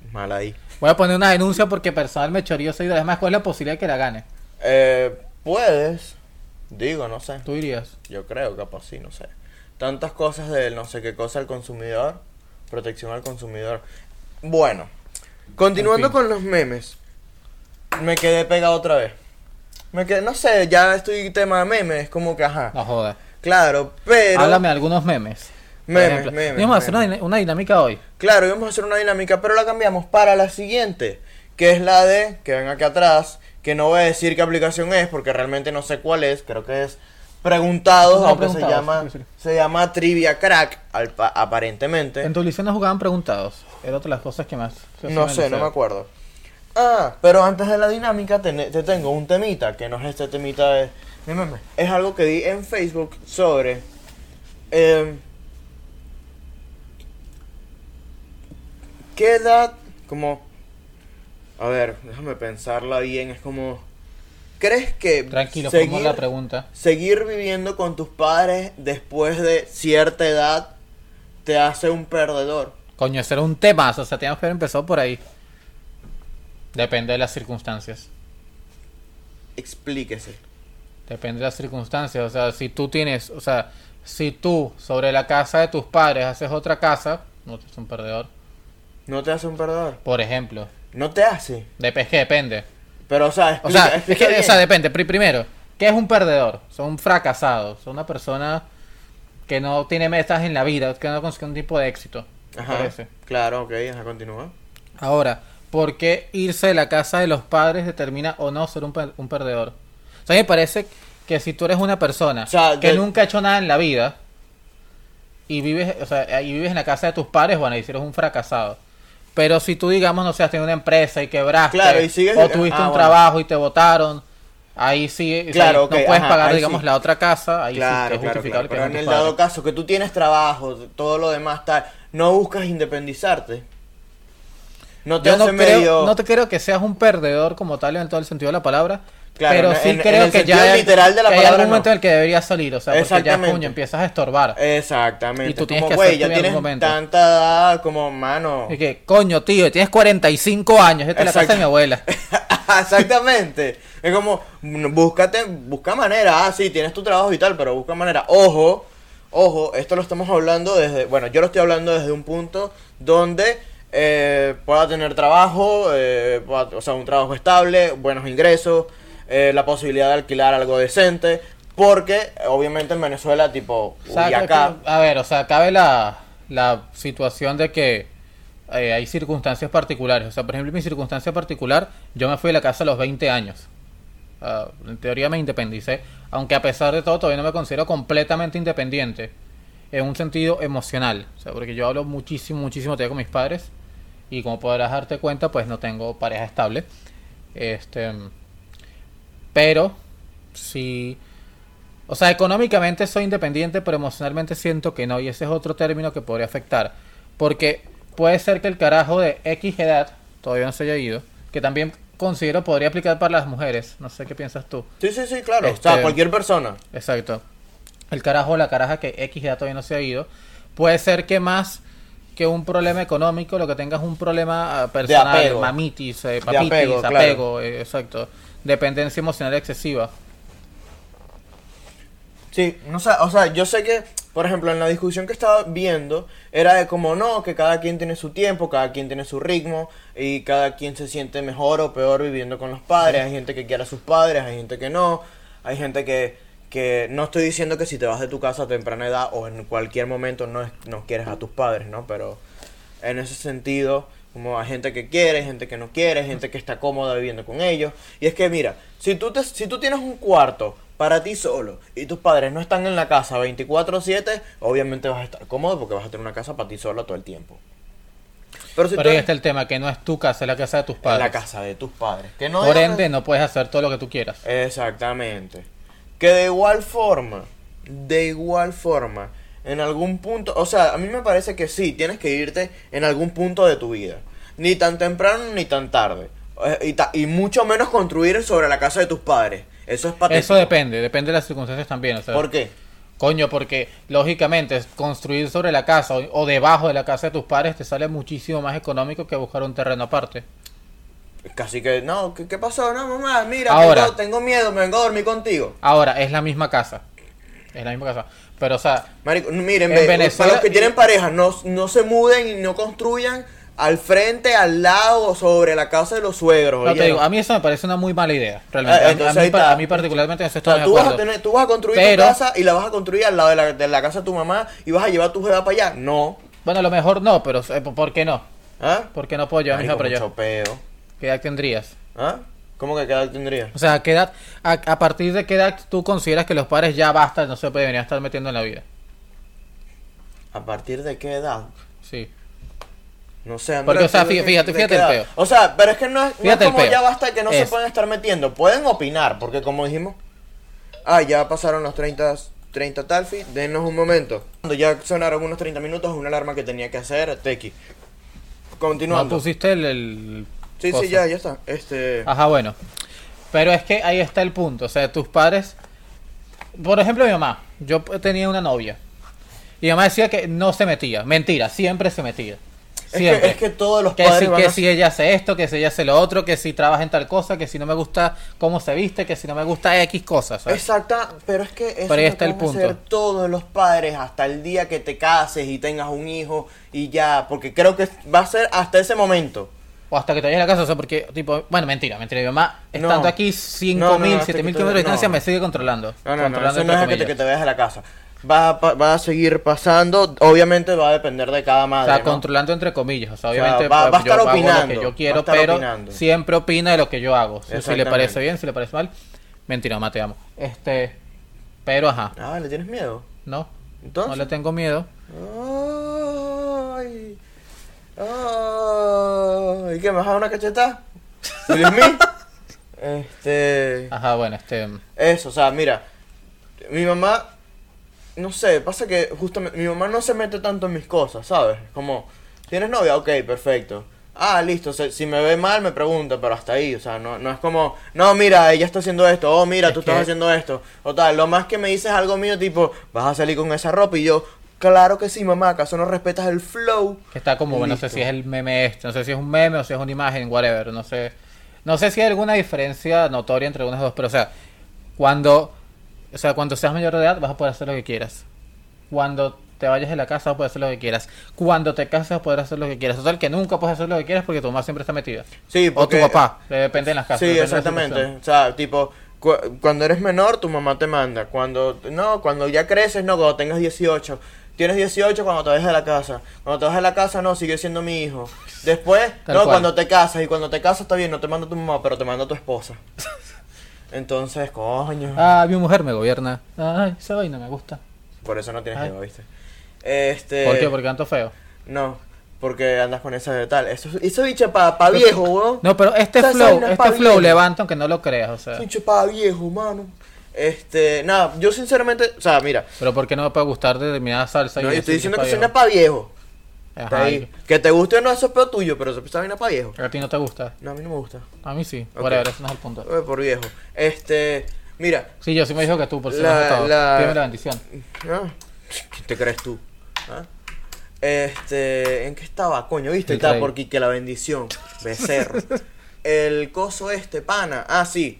pues. Mal ahí.
Voy a poner una denuncia porque personal me choreó 6 dólares. Más, ¿cuál es la posibilidad de que la gane?
Eh, puedes. Digo, no sé.
Tú dirías.
Yo creo, capaz sí, no sé. Tantas cosas del no sé qué cosa al consumidor, protección al consumidor. Bueno, continuando
En fin.
con los memes, me quedé pegado otra vez. Me quedé, no sé, ya estoy tema de memes, como que ajá.
No jodas.
Claro, pero.
Háblame de algunos memes. Por
Memes,
ejemplo,
memes,
Vamos a hacer
memes.
una, dina- una dinámica hoy.
Claro, íbamos a hacer una dinámica, pero la cambiamos para la siguiente, que es la de, que ven acá atrás, que no voy a decir qué aplicación es, porque realmente no sé cuál es, creo que es Preguntados,
Ah,
aunque
Preguntados,
se llama,
sí, sí.
se llama Trivia Crack, al pa- aparentemente.
En tu liceo no jugaban preguntados. Era otra de las cosas que más. que
no
hacían en el
sé, no
liceo.
me acuerdo. Ah, pero antes de la dinámica te, te tengo un temita, que no es este temita de, de meme. Es algo que vi en Facebook sobre... em, ¿Qué edad? Como... A ver, déjame pensarla bien, es como... ¿Crees que
Tranquilo,
seguir,
formula la pregunta.
seguir viviendo con tus padres después de cierta edad te hace un perdedor?
Coño, ese era un tema. O sea, teníamos que haber empezado por ahí. Depende de las circunstancias.
Explíquese.
Depende de las circunstancias. O sea, si tú tienes. O sea, si tú sobre la casa de tus padres haces otra casa. No tú eres un perdedor.
No te hace un perdedor.
Por ejemplo.
No te hace.
Dep- es que depende.
Pero, o sea,
(laughs) O sea,
explica-
es que,
explica bien.
o sea, depende. Pri- Primero, ¿qué es un perdedor? Son un fracasado. Son una persona que no tiene metas en la vida, que no consigue un tipo de éxito. me
Ajá,
parece.
Claro, ok, ajá, continúa.
Ahora, ¿por qué irse de la casa de los padres determina o no ser un, per- un perdedor? O sea, me parece que si tú eres una persona
O sea,
que
de-
nunca ha hecho nada en la vida y vives, o sea, y vives en la casa de tus padres, bueno, ahí sí eres un fracasado. Pero si tú, digamos, no sé, has tenido una empresa y quebraste,
Claro, y sigues-
o tuviste
ah,
un
bueno.
trabajo y te votaron, ahí sí, o sea,
Claro,
ahí
ok,
no puedes
ajá,
pagar,
ahí
digamos,
sí.
la otra casa, ahí sí
claro,
es
claro, claro.
justificable que
Pero
sean
en
tus
el
padres.
dado caso que tú tienes trabajo, todo lo demás tal, no buscas independizarte. No te
yo no
hace
creo,
medio-
no te creo que seas un perdedor como tal en todo el sentido de la palabra.
Claro,
pero
en-
sí
en- en
creo
el
que
sentido
ya hay-
literal de la
que hay
palabra,
algún momento
no.
en el que deberías salir, o sea, porque ya
Exactamente.
coño empiezas a estorbar.
Exactamente.
Y tú
es
tienes
como,
que hacer
güey,
tu
ya
vida en
tienes
algún momento".
tanta edad como mano.
Y que, coño, tío, tienes 45 años, esta es la casa de
Exacto.
mi abuela.
(laughs) Exactamente. Es como, mm, búscate, busca manera. Ah, sí, tienes tu trabajo y tal, pero busca manera. Ojo, ojo, esto lo estamos hablando desde, bueno, yo lo estoy hablando desde un punto donde eh, pueda tener trabajo, eh, pueda- o sea, un trabajo estable, buenos ingresos, eh, la posibilidad de alquilar algo decente. Porque, obviamente, en Venezuela, tipo,
O sea,
y acá.
que- a ver, o sea, cabe la, la situación de que eh, hay circunstancias particulares. O sea, por ejemplo, en mi circunstancia particular, yo me fui de la casa a los 20 años. Ah, en teoría me independicé, aunque a pesar de todo todavía no me considero completamente independiente en un sentido emocional. O sea, porque yo hablo muchísimo, muchísimo todavía con mis padres y como podrás darte cuenta, pues no tengo pareja estable. Este, pero sí o sea, económicamente soy independiente, pero emocionalmente siento que no. Y ese es otro término que podría afectar. Porque puede ser que el carajo de X edad, todavía no se haya ido, que también considero podría aplicar para las mujeres. No sé qué piensas tú.
Sí, sí, sí, claro. O
Este-
sea, cualquier persona.
Exacto. El carajo o la caraja que X edad todavía no se ha ido. Puede ser que más que un problema económico, lo que tengas un problema ah, personal,
apego.
mamitis, eh,
De
papitis,
apego, claro.
apego, eh, exacto. Dependencia emocional excesiva.
Sí, no sé, o sea, yo sé que, por ejemplo, en la discusión que estaba viendo, era de como no, que cada quien tiene su tiempo, cada quien tiene su ritmo, y cada quien se siente mejor o peor viviendo con los padres. Hay gente que quiere a sus padres, hay gente que no, hay gente que, que no estoy diciendo que si te vas de tu casa a temprana edad o en cualquier momento no, es- no quieres a tus padres, ¿no? Pero en ese sentido, como hay gente que quiere, gente que no quiere, gente que está cómoda viviendo con ellos. Y es que mira, si tú, te, si tú tienes un cuarto para ti solo y tus padres no están en la casa 24/7, obviamente vas a estar cómodo porque vas a tener una casa para ti solo todo el tiempo. Pero si tú
Pero ahí
estás
está el tema, que no es tu casa, es la casa de tus
en
padres.
la casa de tus padres, que no pues.
Por
es-
ende, no puedes hacer todo lo que tú quieras.
Exactamente. Que de igual forma, de igual forma, en algún punto, o sea, a mí me parece que sí, tienes que irte en algún punto de tu vida. Ni tan temprano ni tan tarde. Eh, Y, ta- y mucho menos construir sobre la casa de tus padres. Eso es patético.
Eso depende, depende de las circunstancias también. O sea,
¿Por qué?
Coño, porque lógicamente construir sobre la casa o, o debajo de la casa de tus padres te sale muchísimo más económico que buscar un terreno aparte.
Casi que, no, ¿qué, qué pasó? No, mamá, mira,
Ahora.
tengo, tengo miedo, me vengo a dormir contigo.
Ahora, es la misma casa. Es la misma casa. Pero, o sea,
Marico, miren,
En
ve,
Venezuela-
para los que tienen pareja, no, no se muden y no construyan al frente, al lado o sobre la casa de los suegros.
no te
¿oyeron?
digo, a mí eso me parece una muy mala idea. Realmente.
Ah,
A-
entonces
a, mí,
ahí
pa-
está.
a mí particularmente en eso
O sea,
estoy de
tú, vas a
acuerdo.
tener- tú vas a construir
Pero-
tu casa y la vas a construir al lado de la, de la casa de tu mamá y vas a llevar tu jeva para allá. No.
Bueno, a lo mejor no, pero eh, ¿por qué no?
¿Ah?
¿Por qué no puedo llevar a mi hija
Marico,
para allá?
mucho peo.
¿Qué edad tendrías?
¿Ah? ¿Cómo que qué edad tendría?
O sea, ¿a, qué edad, a, a partir de qué edad tú consideras que los padres ya basta, no se deberían estar metiendo en la vida?
¿A partir de qué edad?
Sí.
No sé, Andrés,
Porque, o sea,
¿tú de
fí-
qué-
fíjate-
de
fíjate
qué
el
edad?
peo.
O sea, pero es que no es, no es
Fíjate el
como
peo.
ya basta que no se
Es-
pueden estar metiendo. Pueden opinar, porque como dijimos, ah, ya pasaron los 30, 30 talfi, denos un momento. Cuando ya sonaron unos 30 minutos, una alarma que tenía que hacer, Tequi.
No
Continuando.
pusiste el... el
sí,
cosa.
sí, ya, ya está. Este...
Ajá, bueno. Pero es que ahí está el punto. O sea, tus padres... Por ejemplo, mi mamá. Yo p- tenía una novia. Y mi mamá decía que no se metía. Mentira, siempre se metía.
Es
Siempre.
que, es que todos los
Que,
padres
si,
van
que
a-
si ella hace esto, que si ella hace lo otro, que si trabaja en tal cosa, que si no me gusta cómo se viste, que si no me gusta X cosas. ¿sabes?
Exacta, pero es que eso
Pero ahí
lo
está el
pueden
punto.
hacer todos los padres hasta el día que te cases y tengas un hijo y ya, porque creo que va a ser hasta ese momento.
O hasta que te vayas a la casa, o sea, porque, tipo, bueno, mentira, mentira. Mi mamá,
No.
estando aquí
No, no,
5.000,
no,
7.000
hasta que te-
kilómetros de distancia,
no.
me sigue controlando.
No, no, no,
controlando
eso no
entre
es que te,
comillas.
que te vayas a la casa. Va a, pa- va a seguir pasando, obviamente va a depender de cada
O
madre.
sea,
¿no?
controlando entre comillas. O sea,
O sea,
obviamente
va-
pues,
va a estar
yo hago lo
opinando,
que
va a
yo quiero,
estar
pero
opinando.
siempre opina de lo que yo hago. Si- Si le
Exactamente.
parece bien, si le parece mal. Mentira, mamá, te amo. Este, pero ajá,
Ah, ¿le tienes miedo?
no, no
Entonces.
le tengo miedo.
Ay, ay, ¿qué me vas a dar una cachetada? ¿Will (laughs) Smith? Este...
Ajá, bueno, este,
Eso, o sea, mira, mi mamá, no sé, pasa que justamente mi mamá no se mete tanto en mis cosas, ¿sabes? Como, ¿tienes novia? Ok, perfecto. ah, listo, se- si me ve mal me pregunta, pero hasta ahí, o sea, no, no es como, no, mira, ella está haciendo esto, oh, mira,
Es
tú
que-
estás haciendo esto, o tal, lo más que me dices algo mío tipo, vas a salir con esa ropa y yo, claro que sí, mamá, ¿acaso no respetas el flow?
Que está como, bueno, no sé
Listo.
si es el meme este, no sé si es un meme o si es una imagen, whatever, no sé. No sé si hay alguna diferencia notoria entre unas dos, pero o sea, cuando, o sea, cuando seas mayor de edad vas a poder hacer lo que quieras. Cuando te vayas de la casa vas a poder hacer lo que quieras. Cuando te casas vas a poder hacer lo que quieras. Total, que nunca puedes hacer lo que quieras porque tu mamá siempre está metida.
Sí, porque-
O tu papá, eh, depende de las casas.
Sí,
depende de la
exactamente.
situación.
O sea, tipo, cu- cuando eres menor, tu mamá te manda. Cuando, no, cuando ya creces, no, cuando tengas 18. Tienes 18 cuando te vas de la casa. Cuando te vas de la casa, no, sigue siendo mi hijo. Después,
Tal
no,
cual.
cuando te casas. Y cuando te casas, está bien, no te manda tu mamá, pero te manda tu
(laughs)
esposa. Entonces, coño.
Ah, mi mujer me gobierna. Ay, esa vaina me gusta.
Por eso no tienes
Ay.
hijo, ¿viste? Este.
Ah. ¿Por qué? Porque canto feo.
No, porque andas con esa de tal. Eso, eso bicho pa, pa viejo, weón.
No, pero este
Esa
flow,
vaina es pa
este flow
viejo.
levanta aunque no lo creas, o sea.
Soy chupada viejo, mano. Este, nada, yo sinceramente, o sea, mira,
Pero ¿por qué no me puede gustar determinada salsa? y
no, yo
decir
estoy diciendo que soy
está
una pa' viejo.
viejo?
Está
Ajá,
ahí. Que te guste o no, eso es peor tuyo, pero eso es una pa' viejo.
y- A ti no te gusta.
No, a mí no me gusta.
A mí sí.
Ok.
Whatever, ese no es el punto.
Eh, Por viejo. Este, mira,
Sí, yo sí me dijo que tú, por si
La-
no has gustado.
la-
Pídeme la bendición.
ah, ¿quién te crees tú? Ah. Este, ¿en qué estaba, coño? ¿Viste?
El
Estaba
rey.
por que la bendición, becerro. El coso este, pana. Ah, sí.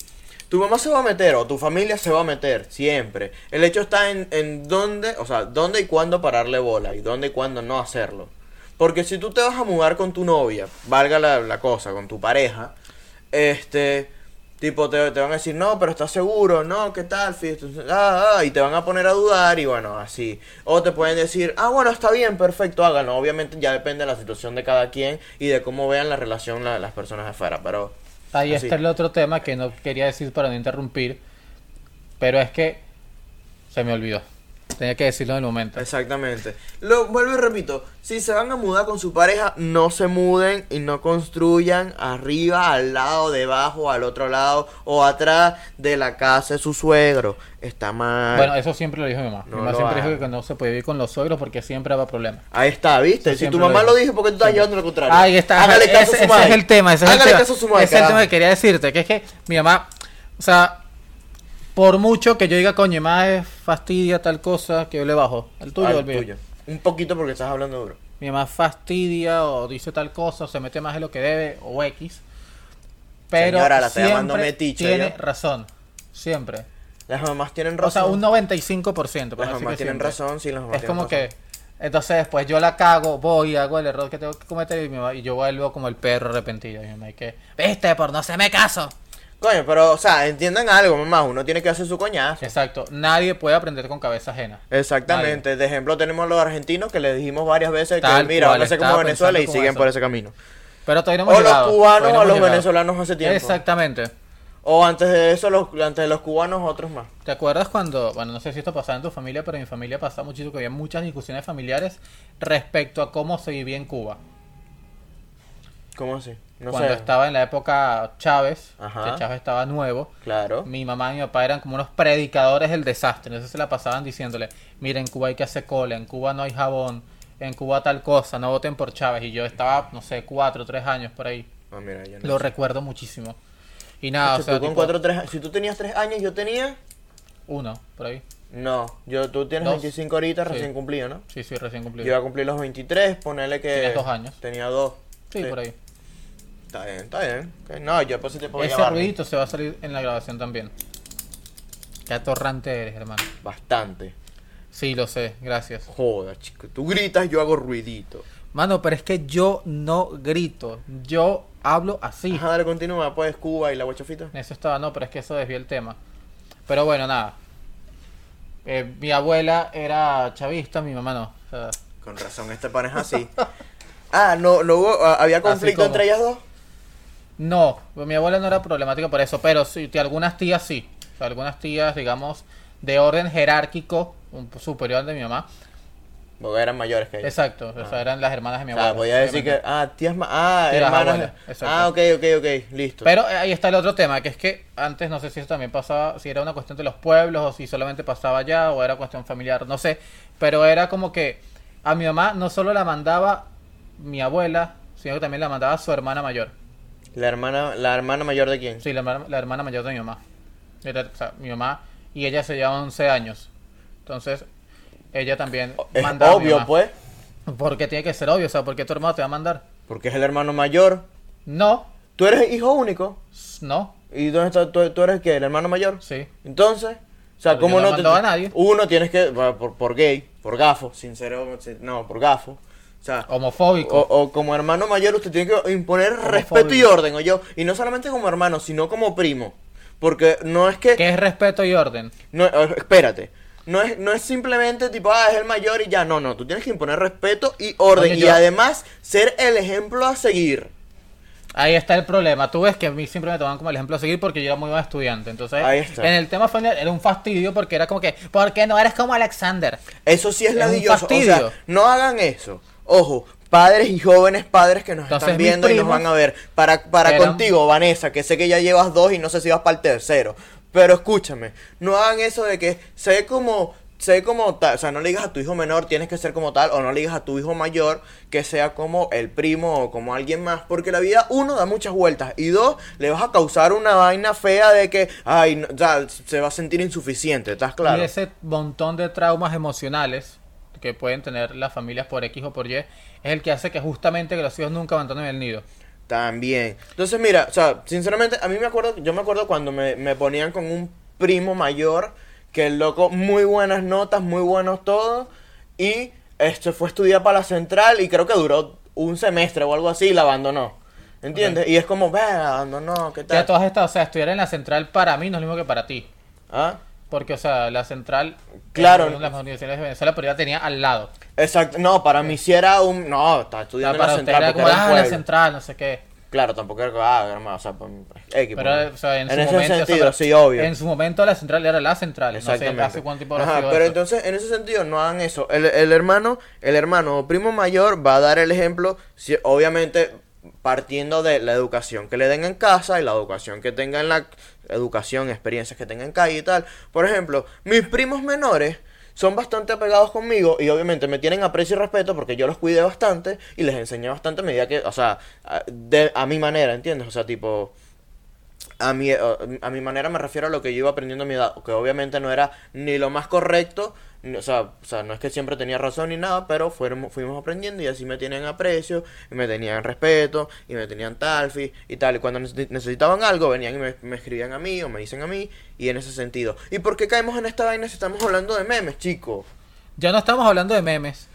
Tu mamá se va a meter o tu familia se va a meter, siempre. El hecho está en, en dónde, o sea, dónde y cuándo pararle bola y dónde y cuándo no hacerlo. Porque si tú te vas a mudar con tu novia, valga la, la cosa, con tu pareja, este, tipo, te, te van a decir, no, pero estás seguro, no, ¿qué tal? Fis? Ah, ah", y te van a poner a dudar y bueno, así. O te pueden decir, ah, bueno, está bien, perfecto, háganlo. Obviamente ya depende de la situación de cada quien y de cómo vean la relación la- las personas afuera, pero...
Ahí
así.
está el otro tema que no quería decir para no interrumpir. Pero es que se me olvidó. Tenía que decirlo en el momento.
Exactamente. Lo vuelvo y repito, si se van a mudar con su pareja, no se muden y no construyan arriba, al lado, debajo, al otro lado o atrás de la casa de su suegro. Está mal.
Bueno, eso siempre lo dijo mi mamá.
No
mi mamá
lo
siempre
hagas.
dijo que no se puede vivir con los suegros porque siempre habrá problemas.
Ahí está, ¿viste?
Eso
Si tu
siempre
mamá
lo
lo
digo.
dijo, ¿por qué tú estás llevando lo contrario?
Ah, Ahí está.
Hágale caso
ese,
a su
ese
madre.
es el tema. Ese es el
Hágale
tema.
caso a su madre,
Ese es el tema
carajo.
que quería decirte. Que es que mi mamá, o sea, por mucho que yo diga, coño, mi mamá es fastidia tal cosa, que yo le bajo. El tuyo,
Ah, el
o el mío.
tuyo. Un poquito porque estás hablando duro.
Mi mamá fastidia o dice tal cosa, o se mete más de lo que debe, o X. Pero
Señora, la estoy llamando
siempre
metiche,
tiene
yo.
razón. Siempre.
Las mamás tienen
O
razón.
sea, un 95%. por no
Las
decir que
mamás tienen
siempre.
razón, sí, las mamás
Es
tienen
como
razón.
que, entonces después yo la cago, voy, hago el error que tengo que cometer y, mi mamá- y yo vuelvo como el perro arrepentido. Y mi mamá, y que, viste, por no se me caso.
Coño, pero, o sea, entiendan algo, mamá. Uno tiene que hacer su coñazo.
Exacto, nadie puede aprender con cabeza ajena.
Exactamente, de ejemplo tenemos a los argentinos que les dijimos varias veces
Tal
que mira,
cual,
van a ser como
estaba
Venezuela y
pensando como
siguen
eso.
por ese camino.
Pero todavía no
O
hemos
los
llegado,
cubanos
todavía no
o
hemos
los
llegado.
venezolanos hace tiempo.
Exactamente.
O antes de eso, los, antes de los cubanos, otros más.
¿Te acuerdas cuando, bueno, no sé si esto pasaba en tu familia, pero en mi familia pasaba muchísimo que había muchas discusiones familiares respecto a cómo se vivía en Cuba?
¿Cómo así? No
cuando
sé.
estaba en la época Chávez,
Ajá.
que Chávez estaba nuevo,
Claro.
Mi mamá y mi papá eran como unos predicadores del desastre. Entonces se la pasaban diciéndole, mira, en Cuba hay que hacer cola, en Cuba no hay jabón, en Cuba tal cosa, no voten por Chávez. Y yo estaba, no sé, cuatro, tres años por ahí.
Ah, mira, yo no
Lo
sé.
recuerdo muchísimo. Y nada,
Si
Ah, o sea,
tú con
tipo,
cuatro, tres a- si tú tenías tres años, yo tenía.
uno, por ahí.
No, yo tú tienes
Dos.
25 ahorita,
Sí.
recién cumplido, ¿no?
Sí, sí, recién
Yo iba
cumplido.
a cumplir los 23, ponele que.
Tenías dos años.
Tenía dos.
Sí, por ahí.
Está bien, está bien. Ok, No, yo pasé tiempo de
Ese
llamarme.
ruidito se va a salir en la grabación también. Qué atorrante eres, hermano.
Bastante.
Sí, lo sé, gracias.
Joda, chico. Tú gritas, yo hago ruidito.
Mano, pero es que yo no grito, yo hablo así.
Ajá, dale, continúa, pues Cuba y la guachafita.
En Eso estaba, no, pero es que eso desvió el tema. Pero bueno, nada. Eh, mi abuela era chavista, mi mamá no. O sea,
Con razón, este pan es así. (laughs) ah, no, no hubo, ah, había conflicto
como.
entre ellas dos.
no, mi abuela no era problemática por eso, pero sí, t- algunas tías sí. O sea, algunas tías, digamos, de orden jerárquico un p- superior de mi mamá.
Porque eran mayores que ellas.
Exacto, o sea, eran las hermanas de mi
Ah. O
abuela.
sea, podía decir que,
obviamente.
ah, tías, ma- ah,
Tías,
hermanas.
abuelas, exacto.
Ah, ok, ok, ok, listo.
Pero eh, ahí está el otro tema, que es que antes no sé si eso también pasaba, si era una cuestión de los pueblos o si solamente pasaba allá o era cuestión familiar, no sé. Pero era como que a mi mamá no solo la mandaba mi abuela, sino que también la mandaba su hermana mayor.
¿La hermana, la hermana mayor de quién?
Sí, la, hermana- la hermana mayor de mi mamá. Era- o sea, mi mamá y ella se llevan 11 años. Entonces, ella también
Es
mandaba a mi
obvio,
mamá.
pues.
Porque tiene que ser obvio, o sea, porque tu hermano te va a mandar.
Porque es el hermano mayor.
No,
Tú eres hijo único.
s- no,
¿Y dónde está? ¿Tú, tú eres qué? ¿El hermano mayor?
sí.
Entonces, o sea,
Pero
¿cómo
yo no
no te-
mandaba a nadie.
Uno tienes que. va, Por, por gay, por gafo, sincero. sin- No, por gafo. O sea.
Homofóbico.
O, o como hermano mayor, usted tiene que imponer respeto y orden, o yo. Y no solamente como hermano, sino como primo. Porque no es que.
¿Qué es respeto y orden?
No, eh, espérate. No es, no es simplemente tipo, ah, es el mayor y ya. No, no. Tú tienes que imponer respeto y orden.
Coño,
y
yo-
además, ser el ejemplo a seguir.
Ahí está el problema. Tú ves que a mí siempre me tomaban como el ejemplo a seguir porque yo era muy buen estudiante. Entonces,
Ahí está.
en el tema familiar era un fastidio porque era como que, ¿por qué no eres como Alexander?
Eso sí es,
Es un
ladilloso. O sea,
fastidio.
no hagan eso. Ojo, padres y jóvenes padres que nos
Entonces,
están
mis
viendo y nos
primos
van a ver. Para, para
eran-
contigo, Vanessa, que sé que ya llevas dos y no sé si vas para el tercero. Pero escúchame, no hagan eso de que sé como. Sé como tal, o sea, no le digas a tu hijo menor tienes que ser como tal, o no le digas a tu hijo mayor que sea como el primo o como alguien más, porque la vida, uno, da muchas vueltas, y dos, le vas a causar una vaina fea de que, ay, no- o sea, se va a sentir insuficiente, ¿estás claro?
Y ese montón de traumas emocionales que pueden tener las familias por X o por Y es el que hace que justamente que los hijos nunca abandonen el nido.
También. Entonces, mira, o sea, sinceramente, a mí me acuerdo, yo me acuerdo cuando me, me ponían con un primo mayor, que el loco, muy buenas notas, muy buenos todos, y este fue a estudiar para la central y creo que duró un semestre o algo así y la abandonó. ¿Entiendes? Y es como, ve, abandonó, ¿qué
Ya
tal?
todas estas, o sea, estudiar en la central para mí no es lo mismo que para ti.
¿Ah?
Porque, o sea, la central
Claro.
es una de las mejores universidades de Venezuela, pero yo la tenía al lado.
Exacto, no, para mí sí era un. No, estaba
O sea,
estudiando en
para
la
usted
central
era
porque
como,
era un
ah, la
pueblo".
central, no sé qué.
Claro, tampoco era que, ah, hermano, o sea, pues, X,
Pero,
pues.
o sea, en, su
ese
momento, o sea,
sentido,
pero
sí, obvio.
En su momento la central era la central. No sé
Exactamente.
hace cuánto tiempo habrá
Ajá,
sido
pero
eso.
entonces en ese sentido no hagan eso. El, el hermano, el hermano o primo mayor va a dar el ejemplo, si- obviamente partiendo de la educación que le den en casa y la educación que tenga en la educación, experiencias que tenga en calle y tal. Por ejemplo, mis primos menores son bastante apegados conmigo y obviamente me tienen aprecio y respeto porque yo los cuidé bastante y les enseñé bastante a medida que, o sea, a- de- a mi manera, ¿entiendes? O sea, tipo, a mi, eh, a mi manera me refiero a lo que yo iba aprendiendo a mi edad, que obviamente no era ni lo más correcto, ni- o, sea, o sea, no es que siempre tenía razón ni nada, pero fuéramos- fuimos aprendiendo y así me tenían aprecio, y me tenían respeto, y me tenían talfi y tal, y cuando neces- necesitaban algo venían y me, me escribían a mí o me dicen a mí, y en ese sentido. ¿Y por qué caemos en esta vaina si estamos hablando de memes, chicos?
Ya no estamos hablando de memes.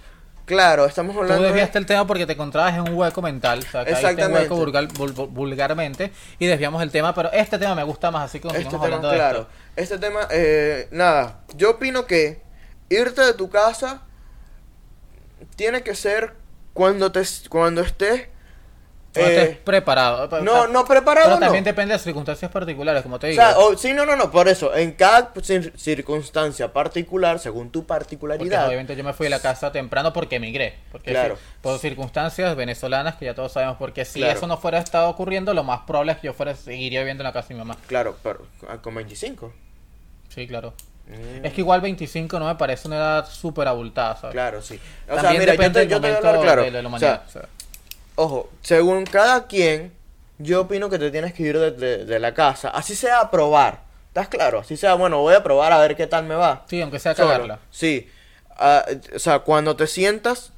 Claro, estamos
Tú
hablando de...
desviaste el tema porque te encontrabas en un hueco mental. O sea, caíste en un
Exactamente.
hueco vulgar- vul- vul- vulgarmente y desviamos el tema. Pero este tema me gusta más, así que
Este
continuamos
tema,
hablando
claro.
de esto.
Este tema, eh, nada. Yo opino que irte de tu casa tiene que ser cuando te cuando estés.
No
eh,
estés preparado.
no, no
Pero
preparado. no.
también depende de circunstancias particulares, como te
O
digo.
sea, o- sí, no, no, no, por eso, en cada cir- circunstancia particular, según tu
Porque
particularidad,
obviamente yo me fui de la casa temprano porque emigré. Porque
Claro.
sí, por circunstancias venezolanas que ya todos sabemos. Porque si
Claro.
eso no fuera estado ocurriendo, lo más probable es que yo fuera seguiría viviendo en la casa de mi mamá.
claro, pero, ah, con 25.
Sí, claro.
Mm,
Es que igual 25 no me parece una edad súper abultada, ¿sabes?
Claro, sí. O sea,
También
mira, yo
depende
te,
del
yo te voy a
momento
hablar claro.
de, de la
o sea,
humanidad. o sea.
Ojo, según cada quien, yo opino que te tienes que ir de, de- de la casa. Así sea a probar. ¿Estás claro? Así sea, bueno, voy a probar a ver qué tal me va.
sí, aunque sea
Solo.
cagarla.
Sí. Ah, o sea, cuando te sientas.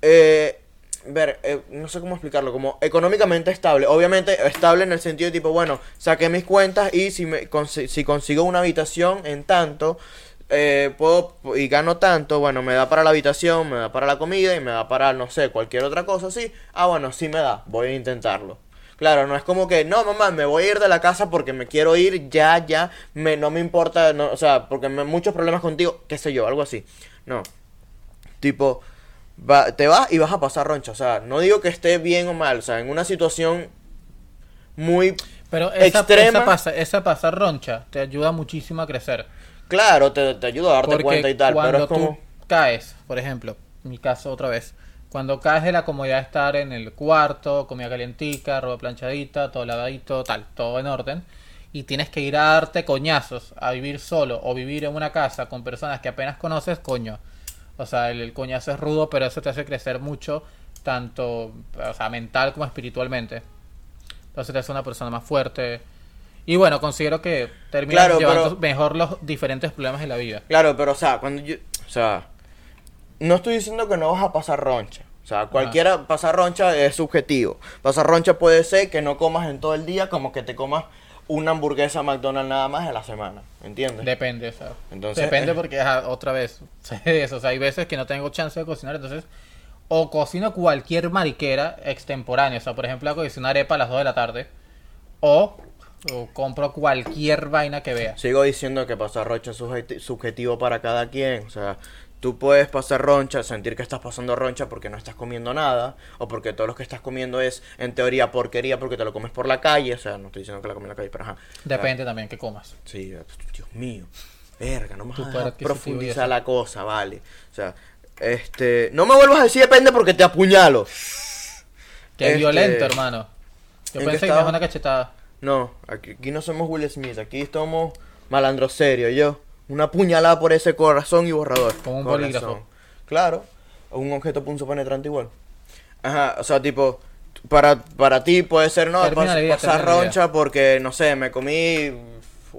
eh, ver, eh, no sé cómo explicarlo. Como económicamente estable. Obviamente estable en el sentido de tipo, bueno, saqué mis cuentas y si, me, consi- si consigo una habitación en tanto. eh, puedo y gano tanto, bueno, me da para la habitación, me da para la comida y me da para, no sé, cualquier otra cosa así. Ah, bueno, sí me da, voy a intentarlo. Claro, no es como que, no, mamá, me voy a ir de la casa porque me quiero ir ya, ya, me, no me importa, no, o sea, porque me, muchos problemas contigo, qué sé yo, algo así. No, tipo, va- te vas y vas a pasar roncha, o sea, no digo que esté bien o mal, o sea, en una situación muy...
Pero esa,
Extrema.
esa, pasa- esa pasar roncha te ayuda muchísimo a crecer.
Claro, te, te ayuda a darte cuenta y tal, pero
cuando
es como...
tú caes, por ejemplo, mi caso otra vez, cuando caes de la comodidad de estar en el cuarto, comida calientica, ropa planchadita, todo lavadito, tal, todo en orden, y tienes que ir a darte coñazos, a vivir solo o vivir en una casa con personas que apenas conoces, coño. O sea, el, el coñazo es rudo, pero eso te hace crecer mucho tanto o sea, mental como espiritualmente. Entonces te hace una persona más fuerte. Y bueno, considero que terminas
Claro,
llevando
pero-
mejor los diferentes problemas de la vida.
Claro, pero o sea, cuando yo. O sea, no estoy diciendo que no vas a pasar roncha. O sea, cualquiera pasar roncha es subjetivo. Pasar roncha puede ser que no comas en todo el día, como que te comas una hamburguesa McDonald's nada más en la semana. ¿Entiendes?
Depende, o sea,
Pues. Entonces- eh.
depende porque ajá, otra vez, (laughs) eso, o sea, hay veces que no tengo chance de cocinar, entonces o cocino cualquier mariquera extemporánea, o sea, por ejemplo, hago una arepa a las 2 de la tarde o, o compro cualquier vaina que vea.
Sigo diciendo que pasar roncha es subjeti- subjetivo para cada quien. O sea, tú puedes pasar roncha, sentir que estás pasando roncha porque no estás comiendo nada, o porque todo lo que estás comiendo es, en teoría, porquería porque te lo comes por la calle. O sea, no estoy diciendo que la comes en la calle, pero ajá.
Depende también que comas.
Sí, eh, Dios mío. Verga, no me
Tu
vas a
poder
dejar
adquisitivo y eso.
profundizar la cosa, vale. O sea, este. No me vuelvas a decir depende porque te apuñalo.
Qué
Este,
violento, hermano. Yo
¿en qué
pensé que me
estaba?
dejó una cachetada.
No, aquí, aquí no somos Will Smith, aquí somos malandro serio, yo. Una puñalada por ese corazón y borrador.
Como un
Corazón.
bolígrafo.
Claro, o un objeto penetrante igual. Ajá, o sea, tipo, para, para ti puede ser, no,
Termina
pas-
la idea,
pasar
termina la
roncha porque, no sé, me comí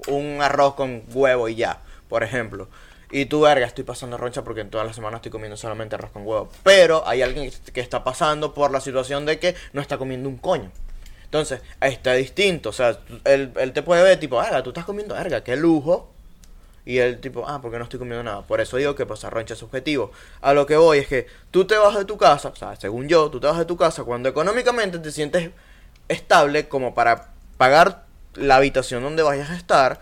un arroz con huevo y ya, por ejemplo. Y tú, verga, estoy pasando roncha porque en todas las semanas estoy comiendo solamente arroz con huevo. Pero hay alguien que está pasando por la situación de que no está comiendo un coño. Entonces, está distinto. O sea, tú- él, él te puede ver, tipo, verga, tú estás comiendo verga, qué lujo. Y el tipo, ah, porque no estoy comiendo nada. Por eso digo que pues, pasar roncha es subjetivo. A lo que voy es que tú te vas de tu casa, o sea, según yo, tú te vas de tu casa cuando económicamente te sientes estable como para pagar la habitación donde vayas a estar,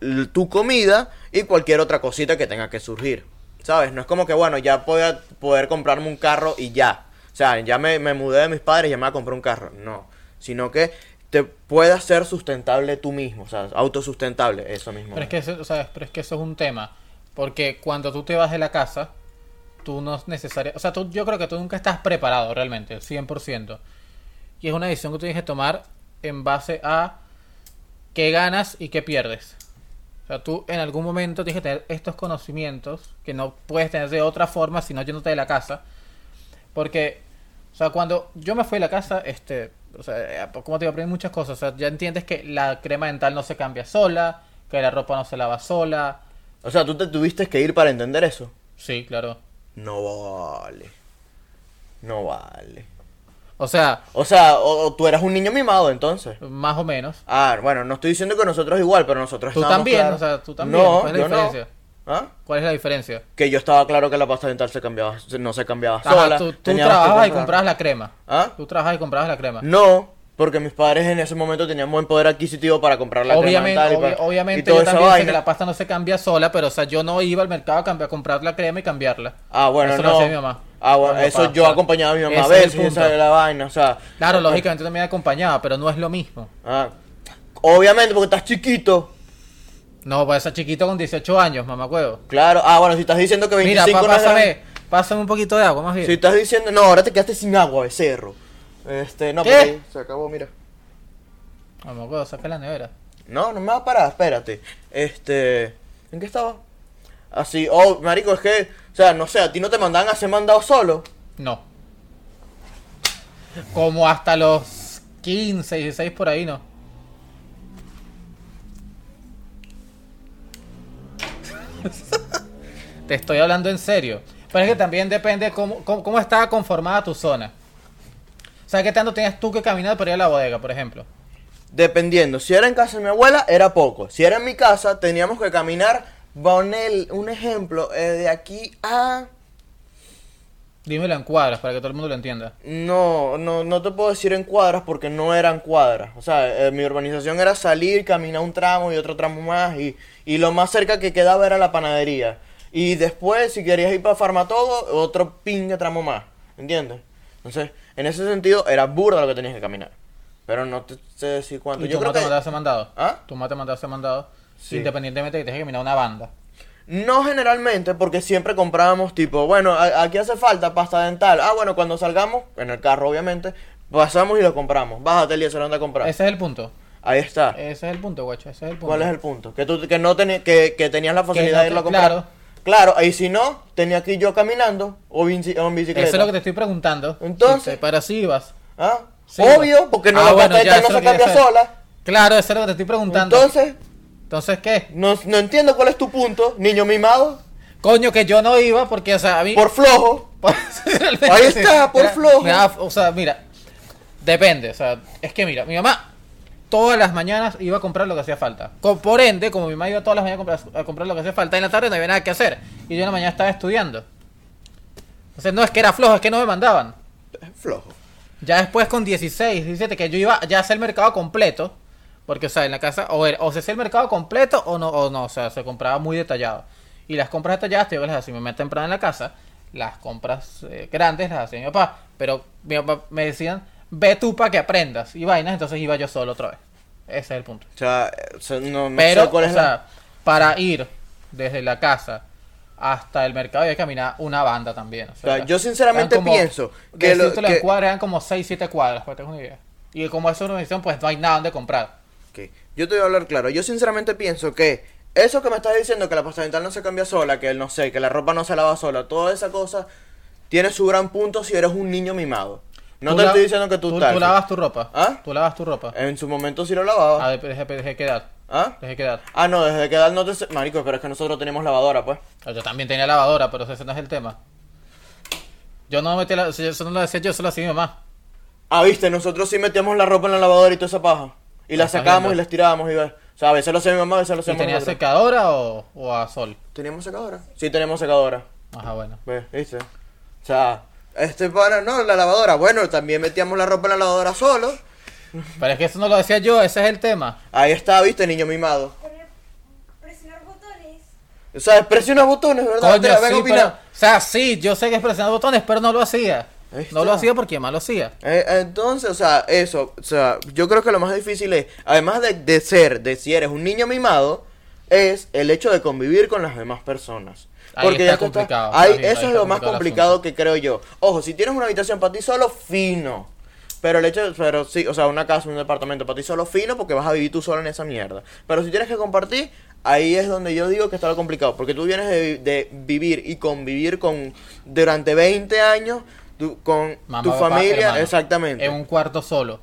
l- tu comida y cualquier otra cosita que tenga que surgir. ¿Sabes? No es como que, bueno, ya pueda poder comprarme un carro y ya. O sea, ya me, me mudé de mis padres y ya me voy a comprar un carro. No. Sino que te puedas ser sustentable tú mismo. O sea, autosustentable, eso mismo.
Pero es, que eso, o sea, pero es que eso es un tema. Porque cuando tú te vas de la casa, tú no es necesario. O sea, tú, yo creo que tú nunca estás preparado realmente, 100%. Y es una decisión que tú tienes que tomar en base a qué ganas y qué pierdes. O sea, tú en algún momento tienes que tener estos conocimientos que no puedes tener de otra forma sino yéndote de la casa. Porque, o sea, cuando yo me fui de la casa, este, o sea, eh, como te digo, aprendí muchas cosas. O sea, ya entiendes que la crema dental no se cambia sola, que la ropa no se lava sola.
O sea, tú te tuviste que ir para entender eso.
Sí, claro.
No vale. No vale.
O sea,
O sea, o, o tú eras un niño mimado entonces.
más o menos.
Ah, bueno, no estoy diciendo que nosotros igual, pero nosotros
Tú
estábamos
también,
claros.
o sea, tú también,
No,
¿cuál es la
yo no.
diferencia?
¿Ah?
¿Cuál es la diferencia?
Que yo estaba claro que la pasta dental se cambiaba, se- no se cambiaba
Ajá,
sola.
tú, tú
teníamos que
trabajabas y
comprar.
comprabas la crema.
¿Ah?
Tú trabajabas y comprabas la crema.
No, porque mis padres en ese momento tenían buen poder adquisitivo para comprar la
obviamente,
crema dental y
obvi-
para- y
obviamente
toda
yo
esa
también sé
vaina.
que la pasta no se cambia sola, pero o sea, yo no iba al mercado a, cambiar- a comprar la crema y cambiarla.
Ah, bueno,
eso
no.
lo hacía mi mamá.
Ah, bueno,
Con mi
eso
papá,
yo
o sea,
acompañaba a mi mamá a
ese
ver
es el
si
punto.
esa era la vaina, o sea.
Claro, lógicamente también acompañaba, pero no es lo mismo.
Ah, obviamente, porque estás chiquito.
No, pues esa chiquito con 18 años, mamá huevo.
Claro, ah, bueno, si estás diciendo que
Mira,
25
pa-
no es gran-
pásame, pásame un poquito de agua más bien.
Si estás diciendo, no, ahora te quedaste sin agua, becerro. Este, no,
¿Qué?
porque se acabó, mira.
Mamá huevo, Ah, saca la nevera.
No, no me va a parar, espérate. Este, ¿en qué estaba? Así, oh, marico, es que, o sea, no sé, a ti no te mandan a ser mandado solo.
No. Como hasta los 15, 16 por ahí, no. (laughs) Te estoy hablando en serio. Pero es que también depende cómo, cómo, cómo está conformada tu zona. O sea, ¿qué tanto tenías tú que caminar para ir a la bodega, por ejemplo?
Dependiendo, si era en casa de mi abuela, era poco. Si era en mi casa, teníamos que caminar, Bonel, un ejemplo, eh, de aquí a...
Dímelo en cuadras para que todo el mundo lo entienda.
No, no, no te puedo decir en cuadras porque no eran cuadras. O sea, eh, mi urbanización era salir, caminar un tramo y otro tramo más. Y, y lo más cerca que quedaba era la panadería. Y después, si querías ir para Farmatodo, otro pingue tramo más. ¿Entiendes? Entonces, en ese sentido, era burda lo que tenías que caminar. Pero no te sé decir cuánto.
¿Y
Yo
tu
creo
mamá te
que
mandaste mandado?
¿Ah?
¿Tu mamá te mandaste mandado?
Sí.
Independientemente de que tengas que caminar una banda.
no generalmente, porque siempre comprábamos tipo, bueno, a- aquí hace falta pasta dental. Ah, bueno, cuando salgamos, en el carro, obviamente, pasamos y lo compramos. Bájate, Eliezer, anda a comprar.
Ese es el punto.
Ahí está.
Eh, Ese es el punto, guacho. Ese es el punto.
¿Cuál es el punto? Que tú que no teni- que, que tenías la
Que
facilidad
no
de irlo a
te-
comprar.
Claro,
Claro, y si no, tenía que ir yo caminando o bici- o en bicicleta.
Eso es lo que te estoy preguntando.
Entonces-
Sí, Para sí ibas.
¿Ah?
Sí,
Obvio, porque no
Ah,
la
bueno,
pata de
ya,
tal
eso
no
lo
se
quería
cambia
saber.
sola.
Claro, eso es lo que te estoy preguntando.
Entonces,
Entonces, ¿qué?
no, no entiendo cuál es tu punto, niño mimado,
Coño, que yo no iba porque, o sea, a mí.
por flojo.
(laughs) Realmente,
Ahí está, por
mira,
flojo.
me daba- o sea, mira, depende. O sea, es que mira, mi mamá todas las mañanas iba a comprar lo que hacía falta. Co- por ende, como mi mamá iba todas las mañanas a comprar, a comprar lo que hacía falta, en la tarde no había nada que hacer. Y yo en la mañana estaba estudiando. Entonces, no es que era flojo, es que no me mandaban.
Flojo.
Ya después con 16, 17, que yo iba ya a hacer el mercado completo. Porque, o sea, en la casa, o, era- o se hacía el mercado completo o no, o no, o sea, se compraba muy detallado. Y las compras detalladas, te digo, las hacía mi mamá temprano en la casa. Las compras eh, grandes las hacía mi papá. Pero mi papá me decían, ve tú para que aprendas. Y vainas, entonces iba yo solo otra vez. Ese es el punto.
O sea, eh, o sea, no, no
Pero,
sé cuál
o
es
sea,
la...
para ir desde la casa hasta el mercado, había que caminar una banda también. O
O sea, yo sinceramente
eran
pienso que
de
lo-
Círculo de
que-
cuadras eran como 6, 7 cuadras, para que tengas una idea. Y como es una organización, pues no hay nada donde comprar.
Ok, Yo te voy a hablar claro. Yo sinceramente pienso que eso que me estás diciendo, que la pasta dental no se cambia sola, que el no sé, que la ropa no se lava sola, toda esa cosa, tiene su gran punto si eres un niño mimado. No
Tú
te
la-
estoy diciendo que tú, estás.
Tú lavas tu ropa.
¿Ah?
Tú lavas tu ropa.
En su momento sí lo lavaba.
Ah, de- desde, desde qué edad.
¿Ah?
Desde qué edad.
Ah, no, desde que edad no te... se- Marico, pero es que nosotros tenemos lavadora, pues.
Ah, Yo también tenía lavadora, pero ese no es el tema. Yo no metí la... Eso no lo decía yo, eso lo hacía mi mamá.
Ah, viste, nosotros sí metíamos la ropa en la lavadora y toda esa paja. Y la
Ah, está
sacábamos
bien,
y la estirábamos. Y... va- O sea, a veces lo hacía mi mamá, a veces lo
¿Y
hacíamos
tenía
nosotros.
secadora o, o a sol?
¿Teníamos secadora? Sí, teníamos secadora.
Ajá, bueno.
Ve, ¿Viste? O sea, este para, no, la lavadora. Bueno, también metíamos la ropa en la lavadora solo.
Pero es que eso no lo decía yo, ese es el tema.
Ahí está, ¿viste, niño mimado?
Poner- presionar botones.
O sea, presiona botones, ¿verdad?
Coño,
Andrea? Ven,
sí, pero, o
opina.
sea, sí, yo sé que es presionar botones, pero no lo hacía.
Ahí
No lo
está.
hacía porque mi mamá lo hacía.
Eh, entonces, o sea, eso, o sea, yo creo que lo más difícil es, además de, de ser, de si eres un niño mimado, es el hecho de convivir con las demás personas.
Ahí está
tú estás-
complicado,
ahí-
ahí- ahí
eso
está
es lo más
complicado el
complicado que creo yo. Ojo, si tienes una habitación para ti solo, fino. Pero el hecho, de- pero sí, o sea, una casa, un departamento para ti solo, fino, porque vas a vivir tú solo en esa mierda. Pero si tienes que compartir, ahí es donde yo digo que está lo complicado. Porque tú vienes de, de vivir y convivir con, durante 20 años, tú- con
Mamá,
tu
papá,
familia,
hermano.
exactamente.
En un cuarto solo.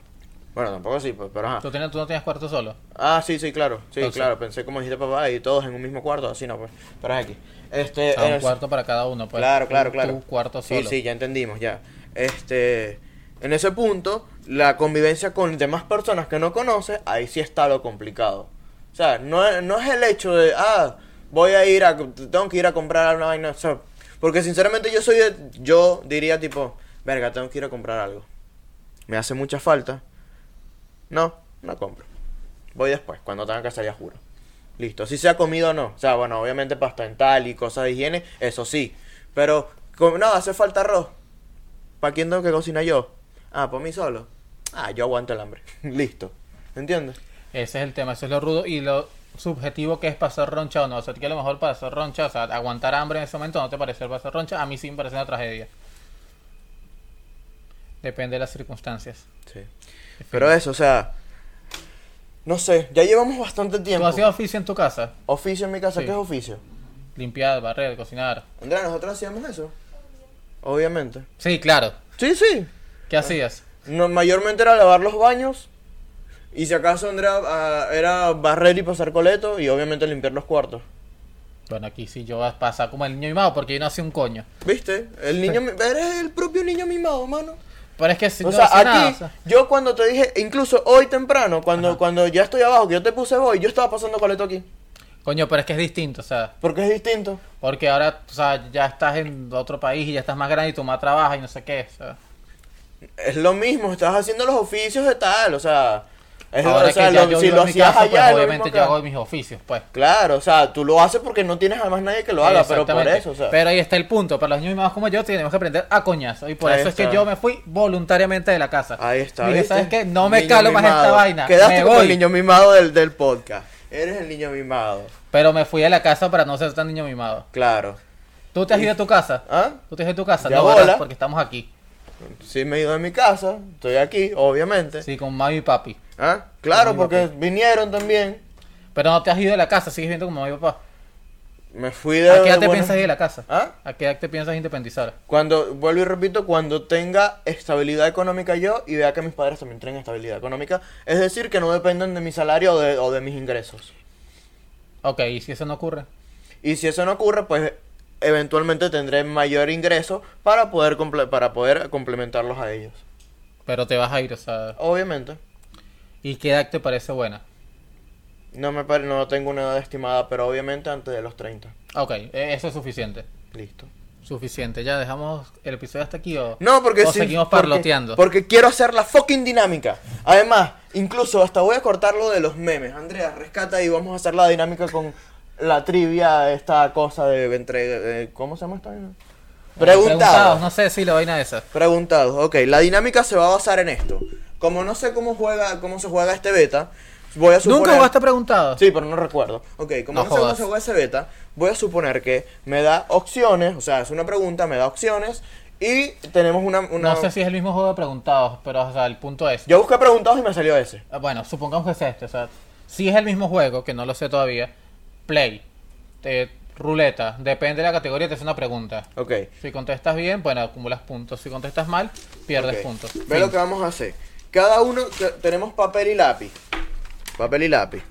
Bueno, tampoco así, pues, pero ajá.
¿Tú, tenías- tú no tenías cuarto solo?
Ah, sí, sí, claro. Sí,
Entonces.
claro. Pensé como dijiste papá y todos en un mismo cuarto, así no, pues. Pero es aquí. Este,
O sea,
en
un
el-
cuarto para cada uno, pues.
Claro, claro,
Tu-
claro.
Tu cuarto
Sí,
solo.
sí, ya entendimos, ya. Este, en ese punto, la convivencia con demás personas que no conoces, ahí sí está lo complicado. O sea, no, es- no es el hecho de, ah, voy a ir a, tengo que ir a comprar una vaina, o sea, porque sinceramente yo soy, de- yo diría tipo, verga, tengo que ir a comprar algo. Me hace mucha falta. No, no compro. Voy después, cuando tenga que salir, juro. Listo, si se ha comido o no. O sea, bueno, obviamente pasta dental y cosas de higiene, eso sí. Pero, como- no, hace falta arroz. ¿Para quién tengo que cocinar yo? Ah, por mí solo. Ah, yo aguanto el hambre. (laughs) Listo. ¿Entiendes?
Ese es el tema, eso es lo rudo y lo subjetivo que es pasar roncha o no. O sea, que a lo mejor pasar roncha, o sea, aguantar hambre en ese momento no te parece pasar roncha. A mí sí me parece una tragedia. Depende de las circunstancias.
Sí. Pero eso, o sea, no sé, ya llevamos bastante
¿Tú
tiempo.
hacías oficio en tu casa?
Oficio en mi casa,
Sí.
¿qué es oficio?
Limpiar, barrer, cocinar.
Andrea, nosotros hacíamos eso. Obviamente.
Sí, claro.
Sí, sí.
¿Qué hacías?
No, mayormente era lavar los baños. Y si acaso Andrea ah, era barrer y pasar coleto y obviamente limpiar los cuartos.
Bueno, aquí sí yo voy a pasar como el niño mimado porque yo no hacía un coño.
¿Viste? El niño, mi- eres el propio niño mimado, mano.
Pero es que si
o
no
sea,
hacía
aquí,
nada, o sea,
yo cuando te dije, incluso hoy temprano, cuando, cuando ya estoy abajo, que yo te puse voy, yo estaba pasando coleto aquí.
coño, pero es que es distinto, o sea,
Porque es distinto.
porque ahora, o sea, ya estás en otro país y ya estás más grande y tu mamá trabaja y no sé qué, o sea.
Es lo mismo, estás haciendo los oficios de tal, o sea. Es,
ahora
o sea,
que ya
lo-
yo
si
vivo
lo
en mi
hacías
casa,
allá,
pues
es lo mismo
obviamente
que
yo hago
acá.
mis oficios, pues.
Claro, o sea, tú lo haces porque no tienes además nadie que lo haga, pero por
Exactamente.
eso, o sea.
Pero ahí está el punto, para los niños mimados como yo tenemos que aprender a coñazo y por
Ahí
eso es
está.
que yo me fui voluntariamente de la casa.
Ahí está.
Dije,
¿viste?
¿sabes qué? No me
Niño
calo más
mimado.
esta vaina.
Quedaste
me
como
voy.
el niño mimado del, del podcast. Eres el niño mimado.
Pero me fui de la casa para no ser tan niño mimado.
Claro.
¿Tú te has ido a tu casa?
¿Ah?
¿Tú te has ido a tu casa?
Ya
no, ¿verdad?
bola.
Porque estamos aquí.
Sí, me he ido de mi casa. Estoy aquí, obviamente.
Sí, con mami y papi.
¿Ah? Claro,
Muy
porque vinieron también.
Pero no te has ido de la casa, sigues viendo como mi papá.
Me fui de.
¿A qué edad te
bueno,
piensas ir de la casa?
¿Ah?
¿A qué edad te piensas independizar?
Cuando, vuelvo y repito, cuando tenga estabilidad económica yo y vea que mis padres también tienen estabilidad económica, es decir, que no dependen de mi salario o de, o de mis ingresos.
Ok, ¿y si eso no ocurre?
Y si eso no ocurre, pues eventualmente tendré mayor ingreso para poder, comple- para poder complementarlos a ellos.
Pero te vas a ir, o sea...
Obviamente.
¿Y qué edad te parece buena?
No me pare- no tengo una edad estimada, pero obviamente antes de los 30.
Ok, eh, eso es suficiente.
Listo.
Suficiente, ya dejamos el episodio hasta aquí o,
No, porque
o
sí,
seguimos
porque-
parloteando.
Porque, quiero hacer la fucking dinámica. Además, incluso hasta voy a cortar lo de los memes. Andrea, rescata y vamos a hacer la dinámica con la trivia, esta cosa de entre eh, ¿cómo se llama esta? vaina?
Eh,
Preguntados.
No sé si la vaina esa.
Preguntados. Ok, la dinámica se va a basar en esto. Como no sé cómo juega, cómo se juega este beta, voy a suponer
Nunca jugaste preguntado.
Sí, pero no recuerdo. Ok, como no,
No
sé cómo
jodas.
se juega ese beta, voy a suponer que me da opciones, o sea, es una pregunta, me da opciones y tenemos una... una-
No sé si es el mismo juego de preguntados, pero o sea, el punto es.
Yo busqué preguntados y me salió ese.
Ah, Bueno, supongamos que es este, o sea, si es el mismo juego, que no lo sé todavía, play, eh, ruleta, depende de la categoría, te hace una pregunta.
Ok.
Si contestas bien, bueno, acumulas puntos. Si contestas mal, pierdes
ok.
puntos.
Ve
Fin.
lo que vamos a hacer. Cada uno te- tenemos papel y lápiz. Papel y lápiz.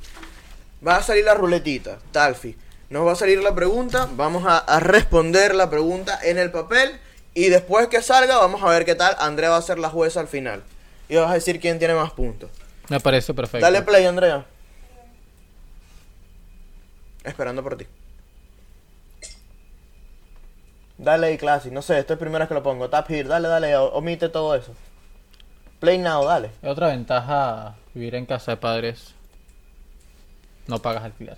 Va a salir la ruletita, Talfi. Nos va a salir la pregunta, vamos a, a responder la pregunta en el papel y después que salga vamos a ver qué tal. Andrea va a ser la jueza al final y vas a decir quién tiene más puntos.
Me parece perfecto.
Dale play, Andrea. Esperando por ti. Dale y classic, no sé, esto es primera vez que lo pongo. Tap here, dale, dale, o- omite todo eso. Play now, dale.
Es Otra ventaja vivir en casa de padres. No pagas alquiler.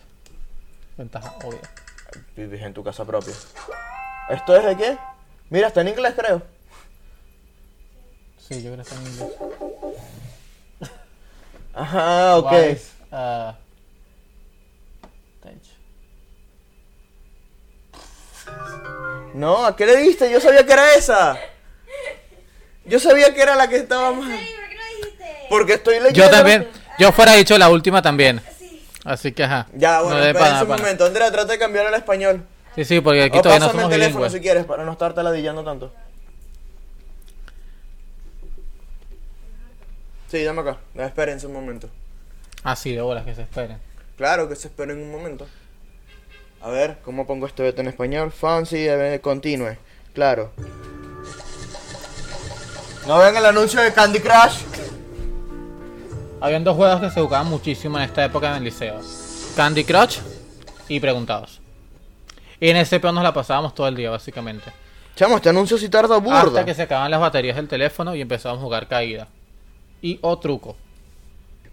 Ventaja obvia.
Vives en tu casa propia. ¿Esto es de qué? Mira, está en inglés, creo.
Sí, yo creo que está en inglés.
Ajá, ok.
Wise, ah, Tech.
No, ¿a qué le diste? Yo sabía que era esa. Yo sabía que era la que estábamos.
Sí, ¿por qué no dijiste?
Porque estoy leyendo.
Yo también, yo fuera dicho la última también.
Sí.
Así que ajá.
Ya, bueno,
No dé
espera
pana,
un
pana.
momento. Andrea, trata de cambiar al español.
Sí, sí, porque aquí
O
todavía no
pásame el
somos
teléfono
bilingües.
si quieres para no estarte ladillando tanto. Sí, dame acá. Espérense un momento.
Ah, sí, de bolas que se esperen.
Claro que se esperen un momento. A ver, ¿cómo pongo este beta en español? Fancy, a ver, continue. Claro. No ven el anuncio de Candy Crush.
Habían dos juegos que se jugaban muchísimo en esta época en el liceo. Candy Crush y Preguntados. Y en ese peón nos la pasábamos todo el día, básicamente.
Chamo, este anuncio si tarda burda.
Hasta que se acababan las baterías del teléfono y empezábamos a jugar caída. Y o truco.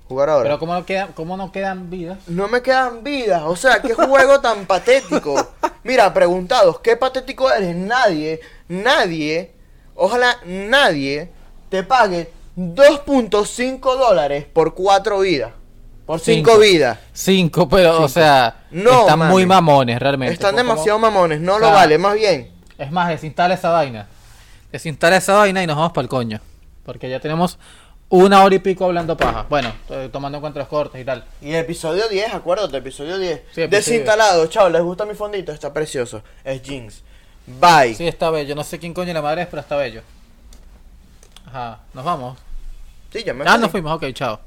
Jugar ahora.
Pero como no, queda, como no quedan vidas,
No me quedan vidas. O sea, qué juego tan patético. Mira, preguntados, ¿qué patético eres? Nadie, nadie, ojalá nadie te pague 2.5 dólares por cuatro vidas. Por cinco,
Cinco.
vidas.
cinco, pero o sea,
No,
están
mami.
muy mamones realmente.
Están
pues, Como-
demasiado mamones, no lo
Claro.
vale, más bien.
Es más, desinstala esa vaina. Desinstala esa vaina y nos vamos para el coño. Porque ya tenemos una hora y pico hablando paja. Bueno, eh, tomando en cuenta los cortes y tal.
Y episodio 10, acuérdate, episodio 10.
Sí, episodio
Desinstalado, chao, les gusta mi fondito, está precioso. Es jeans. Bye.
Sí, está bello. No sé quién coño la madre es, pero está bello. Ajá, nos vamos.
Sí, ya me
Ah,
fui.
nos fuimos. Ok, chao.